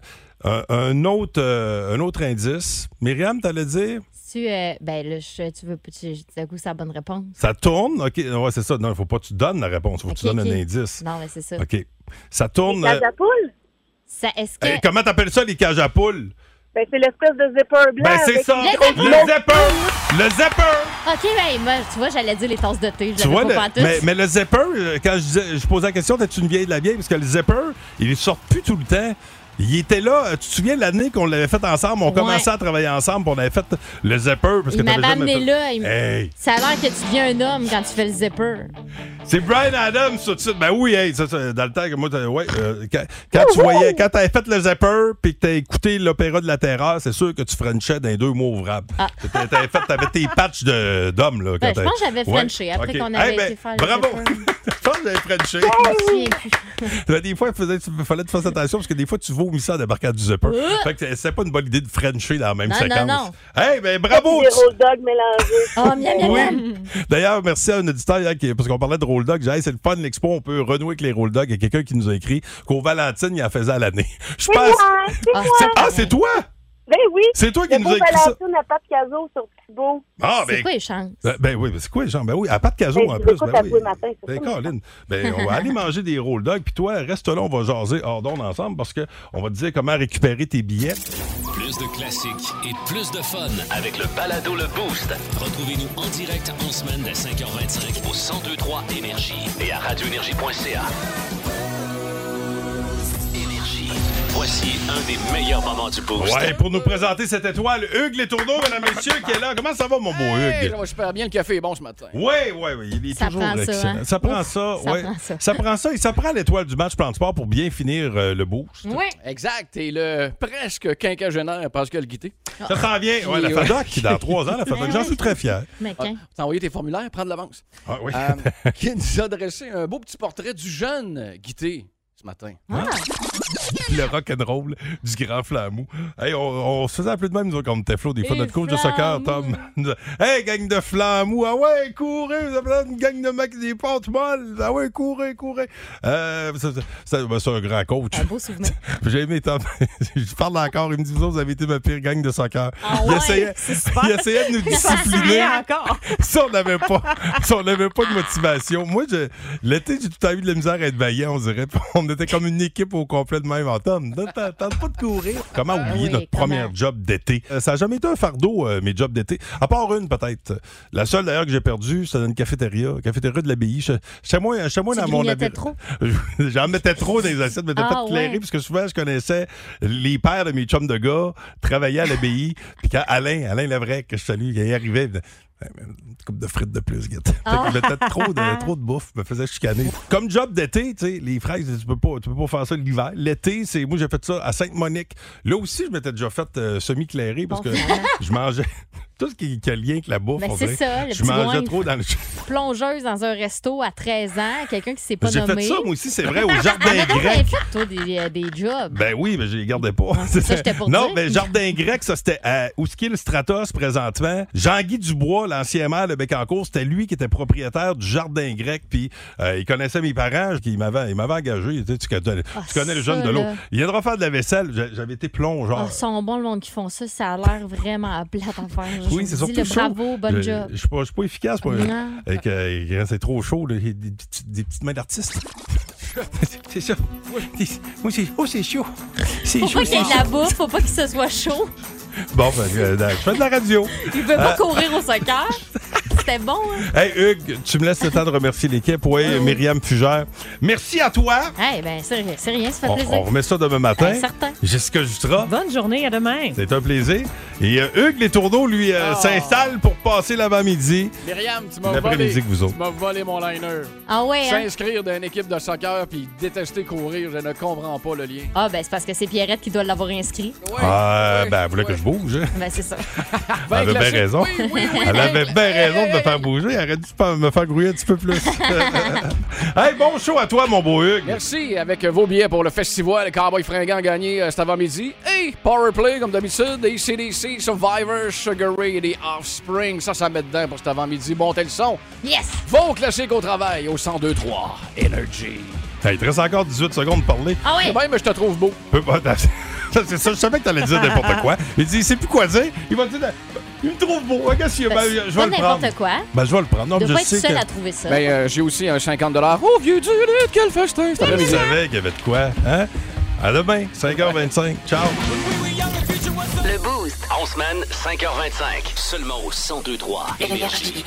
[SPEAKER 3] un, un- un autre, euh, un autre indice. Myriam, t'allais dire,
[SPEAKER 7] Tu, euh, ben là, je- tu veux. Tu, d'un coup, c'est la bonne réponse.
[SPEAKER 3] ça tourne. OK, ouais, c'est ça. Non, il faut pas que tu donnes la réponse. Il faut que tu
[SPEAKER 7] Ok,
[SPEAKER 3] donnes
[SPEAKER 7] ok.
[SPEAKER 3] un indice.
[SPEAKER 7] Non, mais c'est ça.
[SPEAKER 3] OK. Ça tourne. euh,
[SPEAKER 11] poule?
[SPEAKER 7] Ça, est-ce que.
[SPEAKER 3] hey, comment t'appelles ça, les cages à poules?
[SPEAKER 11] Ben, c'est l'espèce de zipper blanc.
[SPEAKER 3] Ben, c'est
[SPEAKER 11] avec
[SPEAKER 3] ça.
[SPEAKER 11] une grosse
[SPEAKER 3] Le
[SPEAKER 11] boule.
[SPEAKER 3] zapper! Le zapper!
[SPEAKER 7] OK, ben, moi, tu vois, j'allais dire les tasses de thé. Je
[SPEAKER 3] Tu vois,
[SPEAKER 7] l'avais
[SPEAKER 3] le-
[SPEAKER 7] pas pantoute.
[SPEAKER 3] mais, mais le zipper, euh, quand je, disais- je posais la question, t'es-tu une vieille de la vieille? Parce que le zipper, il sort plus tout le temps. Il était là. euh, Tu te souviens de l'année qu'on l'avait fait ensemble? On commençait à travailler ensemble, puis on avait fait le zipper. Parce que
[SPEAKER 7] il m'avait
[SPEAKER 3] t'avais jamais fait-
[SPEAKER 7] amené là. il m-
[SPEAKER 3] Hey,
[SPEAKER 7] Ça a l'air que tu deviens un homme quand tu fais le zipper.
[SPEAKER 3] c'est Brian Adams, tout de suite. Ben oui, hey, ça, ça, dans le temps que moi, t'avais- ouais, euh, quand, quand
[SPEAKER 7] Oh,
[SPEAKER 3] tu voyais, quand t'avais fait le zipper, puis que t'as écouté l'opéra de la terreur, c'est sûr que tu frenchais dans les deux mots ouvrables.
[SPEAKER 7] Ah.
[SPEAKER 3] T'avais- T'avais fait, t'avais tes patchs de- d'hommes, là. quand
[SPEAKER 7] Ben, je
[SPEAKER 3] t'avais-
[SPEAKER 7] pense que j'avais
[SPEAKER 3] Ouais,
[SPEAKER 7] frenché après
[SPEAKER 3] ok.
[SPEAKER 7] qu'on
[SPEAKER 3] Hey,
[SPEAKER 7] avait
[SPEAKER 3] ben,
[SPEAKER 7] été faire
[SPEAKER 3] Bravo!
[SPEAKER 7] le zipper.
[SPEAKER 3] je pense que j'avais frenché.
[SPEAKER 7] Je me souviens plus.
[SPEAKER 3] Là, des fois, il faisait- il fallait que tu fasses attention parce que des fois, tu vomissais ça en débarquant du zipper.
[SPEAKER 7] Euh.
[SPEAKER 3] Fait que c'est pas une bonne idée de Frencher dans la même
[SPEAKER 11] Non, non,
[SPEAKER 3] séquence.
[SPEAKER 11] non.
[SPEAKER 3] Hey, ben bravo!
[SPEAKER 11] Des road dogs mélangés.
[SPEAKER 7] Oh, miam, miam,
[SPEAKER 11] miam.
[SPEAKER 3] D'ailleurs, merci à un auditeur hier, qui- parce qu'on parlait de roll dog. J'ai dit, Hey, c'est le fun, l'expo, on peut renouer avec les roll dogs. Il y a quelqu'un qui nous a écrit qu'au Valentine, il en faisait à l'année. Je
[SPEAKER 11] C'est
[SPEAKER 3] pense.
[SPEAKER 11] moi, c'est
[SPEAKER 3] Ah,
[SPEAKER 11] moi.
[SPEAKER 3] c'est- Ah, c'est toi!
[SPEAKER 11] Ben oui.
[SPEAKER 3] C'est toi qui
[SPEAKER 11] Le
[SPEAKER 3] nous
[SPEAKER 11] beau
[SPEAKER 3] as écrit ça.
[SPEAKER 11] Valentine à Pape Cazot sur Thibault.
[SPEAKER 3] Ah, ben- Ben, ben oui, ben c'est quoi, Jean? Ben oui, à pas de
[SPEAKER 11] Ben,
[SPEAKER 3] cajou en
[SPEAKER 11] tu
[SPEAKER 3] plus.
[SPEAKER 11] l'écoutes
[SPEAKER 3] Ben
[SPEAKER 11] à
[SPEAKER 3] oui.
[SPEAKER 11] tous les matins, c'est
[SPEAKER 3] Ben,
[SPEAKER 11] ça.
[SPEAKER 3] Colin, ben, on va aller manger des roll dogs, puis toi, reste là, on va jaser hors d'onde ensemble parce qu'on va te dire comment récupérer tes billets.
[SPEAKER 2] Plus de classiques et plus de fun avec le balado Le Boost. Retrouvez-nous en direct en semaine dès 5h25 au 1023 Énergie et à radioénergie.ca. Énergie. Voici un des meilleurs moments du Boost.
[SPEAKER 3] Ouais, pour nous présenter cette étoile, Hugues Les Tourneaux, mesdames et messieurs, qui est là. Comment ça va, mon beau
[SPEAKER 12] Hey,
[SPEAKER 3] Hugues?
[SPEAKER 12] là, moi, je perds bien. Le café est bon ce matin.
[SPEAKER 3] Oui, oui, oui, il est
[SPEAKER 12] Ça
[SPEAKER 3] toujours
[SPEAKER 12] prend ça,
[SPEAKER 3] excellent.
[SPEAKER 12] hein?
[SPEAKER 3] Ça prend
[SPEAKER 12] Ouf,
[SPEAKER 3] ça,
[SPEAKER 12] ça
[SPEAKER 3] ouais.
[SPEAKER 12] prend ça.
[SPEAKER 3] Ça prend ça et ça prend l'étoile du match plan de sport pour bien finir euh, le boost.
[SPEAKER 12] Oui. Exact. Et le presque quinquagénaire Pascal Guité.
[SPEAKER 3] Ça s'en vient. Ouais, la FADOC, qui dans trois ans, la FADOC, j'en suis très fier.
[SPEAKER 12] Ah, T'as envoyé tes formulaires, prends de l'avance.
[SPEAKER 3] Ah oui.
[SPEAKER 12] Euh, qui nous a dressé un beau petit portrait du jeune Guité ce matin.
[SPEAKER 3] le rock'n'roll du grand flamou. Hey, on, on se faisait un peu de même, nous autres, quand on était flots. Des fois,
[SPEAKER 12] Et
[SPEAKER 3] notre coach de soccer,
[SPEAKER 12] Flamou.
[SPEAKER 3] Tom, nous disait, Hey, gang de flamou, ah ouais, courez, vous appelez une gang de mecs des portes molles, ah ouais, courez, courez. Euh, ça- ça- ça- ben, c'est un grand coach.
[SPEAKER 13] Ah.
[SPEAKER 7] Un beau souvenir.
[SPEAKER 3] J'ai aimé Tom. Je parle encore, il me dit, vous autres, vous avez été ma pire gang de soccer. il,
[SPEAKER 13] Ah ouais,
[SPEAKER 3] essayait,
[SPEAKER 13] c'est super.
[SPEAKER 3] il essayait de nous
[SPEAKER 13] Il s'en
[SPEAKER 3] discipliner.
[SPEAKER 13] souvient encore.
[SPEAKER 3] Ça, on n'avait pas, ça, on n'avait pas de motivation. Moi, je- l'été, j'ai tout le temps eu de la misère à être vaillant, on dirait. On était comme une équipe au complet de même en Tom. Tente pas de courir. Comment oublier
[SPEAKER 13] Ben oui,
[SPEAKER 3] notre
[SPEAKER 13] comment?
[SPEAKER 3] première job d'été? Euh, ça n'a jamais été un fardeau, euh, mes jobs d'été. À part une, peut-être. La seule, d'ailleurs, que j'ai perdue, c'était dans une cafétéria. Cafétéria de l'abbaye. Chez chez moi, chez moi
[SPEAKER 13] Tu
[SPEAKER 3] dans mon
[SPEAKER 13] grignotais
[SPEAKER 3] habit-
[SPEAKER 13] trop?
[SPEAKER 3] J'en mettais trop dans les assiettes, mais t'as
[SPEAKER 13] Ah,
[SPEAKER 3] pas éclairé,
[SPEAKER 13] ouais.
[SPEAKER 3] parce que souvent, je connaissais les pères de mes chums de gars, travaillaient à l'abbaye. Puis quand Alain, Alain Lavrec, que je salue, il arrivait, il me disait, Hey, man, une coupe de frites de plus, gars.
[SPEAKER 13] Ah.
[SPEAKER 3] Fait que peut-être trop de, trop de bouffe me faisait chicaner. Comme job d'été, tu sais, les fraises, tu peux pas, tu peux pas faire ça l'hiver. L'été, c'est moi j'ai fait ça à Sainte-Monique. Là aussi, je m'étais déjà fait euh, semi-clairé parce
[SPEAKER 7] Bon,
[SPEAKER 3] que
[SPEAKER 7] finalement.
[SPEAKER 3] je mangeais tout ce qui, qui a lien avec la bouffe.
[SPEAKER 7] Ben,
[SPEAKER 3] on
[SPEAKER 7] c'est
[SPEAKER 3] dirait.
[SPEAKER 7] ça, le
[SPEAKER 3] je
[SPEAKER 7] petit
[SPEAKER 3] mangeais
[SPEAKER 7] goinfre.
[SPEAKER 3] trop dans le
[SPEAKER 7] Plongeuse dans un resto à 13 ans, quelqu'un qui s'est pas
[SPEAKER 3] J'ai fait
[SPEAKER 7] nommé.
[SPEAKER 3] ça, moi aussi, c'est vrai, au Jardin
[SPEAKER 7] Ah, mais donc,
[SPEAKER 3] grec.
[SPEAKER 7] t'avais fait, toi, des, euh, des jobs.
[SPEAKER 3] Ben oui, mais je les gardais pas.
[SPEAKER 7] ça, j'étais pour
[SPEAKER 3] non,
[SPEAKER 7] dire.
[SPEAKER 3] mais Jardin grec, ça c'était euh, à Ouskil Stratos présentement. Jean-Guy Dubois, l'ancien maire de Bécancour, c'était lui qui était propriétaire du Jardin grec. Puis euh, il connaissait mes parents, qui m'avaient, il m'avait engagé. Tu, sais, tu connais, tu connais le
[SPEAKER 7] Ah, ça,
[SPEAKER 3] jeune de l'eau.
[SPEAKER 7] là.
[SPEAKER 3] Il viendra faire de la vaisselle. J'a- J'avais été plongeur.
[SPEAKER 7] Ah, sont bons le monde qui font ça, ça a l'air vraiment plate à faire. Je
[SPEAKER 3] oui,
[SPEAKER 7] vous
[SPEAKER 3] c'est
[SPEAKER 7] dis
[SPEAKER 3] surtout
[SPEAKER 7] le
[SPEAKER 3] chaud.
[SPEAKER 7] bravo, bonne
[SPEAKER 3] je,
[SPEAKER 7] job.
[SPEAKER 3] Je suis pas, je suis pas efficace. Moi.
[SPEAKER 7] Non.
[SPEAKER 3] Avec, euh, c'est trop chaud. là. J'ai Des, petites- des petites mains d'artiste. c'est ça. Moi, c'est, oh, c'est chaud. C'est
[SPEAKER 7] Faut
[SPEAKER 3] chaud,
[SPEAKER 7] pas qu'il y ait
[SPEAKER 3] c'est
[SPEAKER 7] de la
[SPEAKER 3] chaud.
[SPEAKER 7] bouffe, faut pas que ce soit chaud.
[SPEAKER 3] Bon, ben, euh, je fais de la radio.
[SPEAKER 7] Il veut pas
[SPEAKER 3] Euh,
[SPEAKER 7] courir au soccer. C'était bon. hein?
[SPEAKER 3] Hey, Hugues, tu me laisses le temps de remercier l'équipe. Oui, Myriam Fugère. Merci à toi.
[SPEAKER 7] Eh ben, c'est rien, c'est rien, ça fait
[SPEAKER 3] On,
[SPEAKER 7] plaisir.
[SPEAKER 3] on remet ça demain matin.
[SPEAKER 7] Ah, certain.
[SPEAKER 3] Jusqu'à Jutra.
[SPEAKER 10] Bonne journée, à demain.
[SPEAKER 3] C'est un plaisir. Et euh, Hugues Les Tourneaux, lui, euh, s'installe pour passer l'avant-midi.
[SPEAKER 12] Myriam, tu m'as volé.
[SPEAKER 3] L'après-midi que vous autres.
[SPEAKER 12] Tu m'as volé mon liner.
[SPEAKER 7] Ah ouais, hein?
[SPEAKER 12] S'inscrire dans une équipe de soccer puis détester courir, je ne comprends pas le lien.
[SPEAKER 7] Ah, ben, c'est parce que c'est Pierrette qui doit l'avoir inscrit.
[SPEAKER 3] Ah, ben, elle voulait que je bouge. hein.
[SPEAKER 7] Ben, c'est ça.
[SPEAKER 3] Elle avait bien raison. Elle avait bien raison de me faire bouger. Elle aurait dû pas- me faire grouiller un petit peu plus. hey, bon show à toi, mon beau Hugues.
[SPEAKER 12] Merci avec vos billets pour le festival Cowboy Fringant gagné euh, cet avant-midi. Et Powerplay, comme d'habitude, et CDC, Survivor, Sugar Ray et les Offspring. Ça, ça met dedans pour cet avant-midi. Montez le son.
[SPEAKER 7] Yes!
[SPEAKER 12] Vos classiques au travail au 102-3 Energy.
[SPEAKER 3] Hey, il te reste encore 18 secondes de parler.
[SPEAKER 7] Ah oui?
[SPEAKER 12] Même, je te trouve beau.
[SPEAKER 3] Peu- pas- C'est ça, je savais que t'allais dire n'importe quoi. Il dit, il sait plus quoi dire. Il va dire, il me trouve beau. Regarde, si- ben, je vais
[SPEAKER 7] Pas
[SPEAKER 3] le prendre.
[SPEAKER 7] n'importe quoi.
[SPEAKER 3] Ben, je vais le prendre. Non,
[SPEAKER 7] Tu
[SPEAKER 3] je
[SPEAKER 7] dois pas être
[SPEAKER 3] sais
[SPEAKER 7] seul
[SPEAKER 3] que...
[SPEAKER 7] à trouver ça.
[SPEAKER 12] Ben, euh, j'ai aussi un 50 Oh, vieux du lutte, quel festin! cet
[SPEAKER 3] Je
[SPEAKER 12] après-midi.
[SPEAKER 3] savais qu'il y avait de quoi. Hein? À demain, 5h25. Ciao.
[SPEAKER 2] Le Boost. En semaine, 5h25. Seulement au 102-3 Énergie.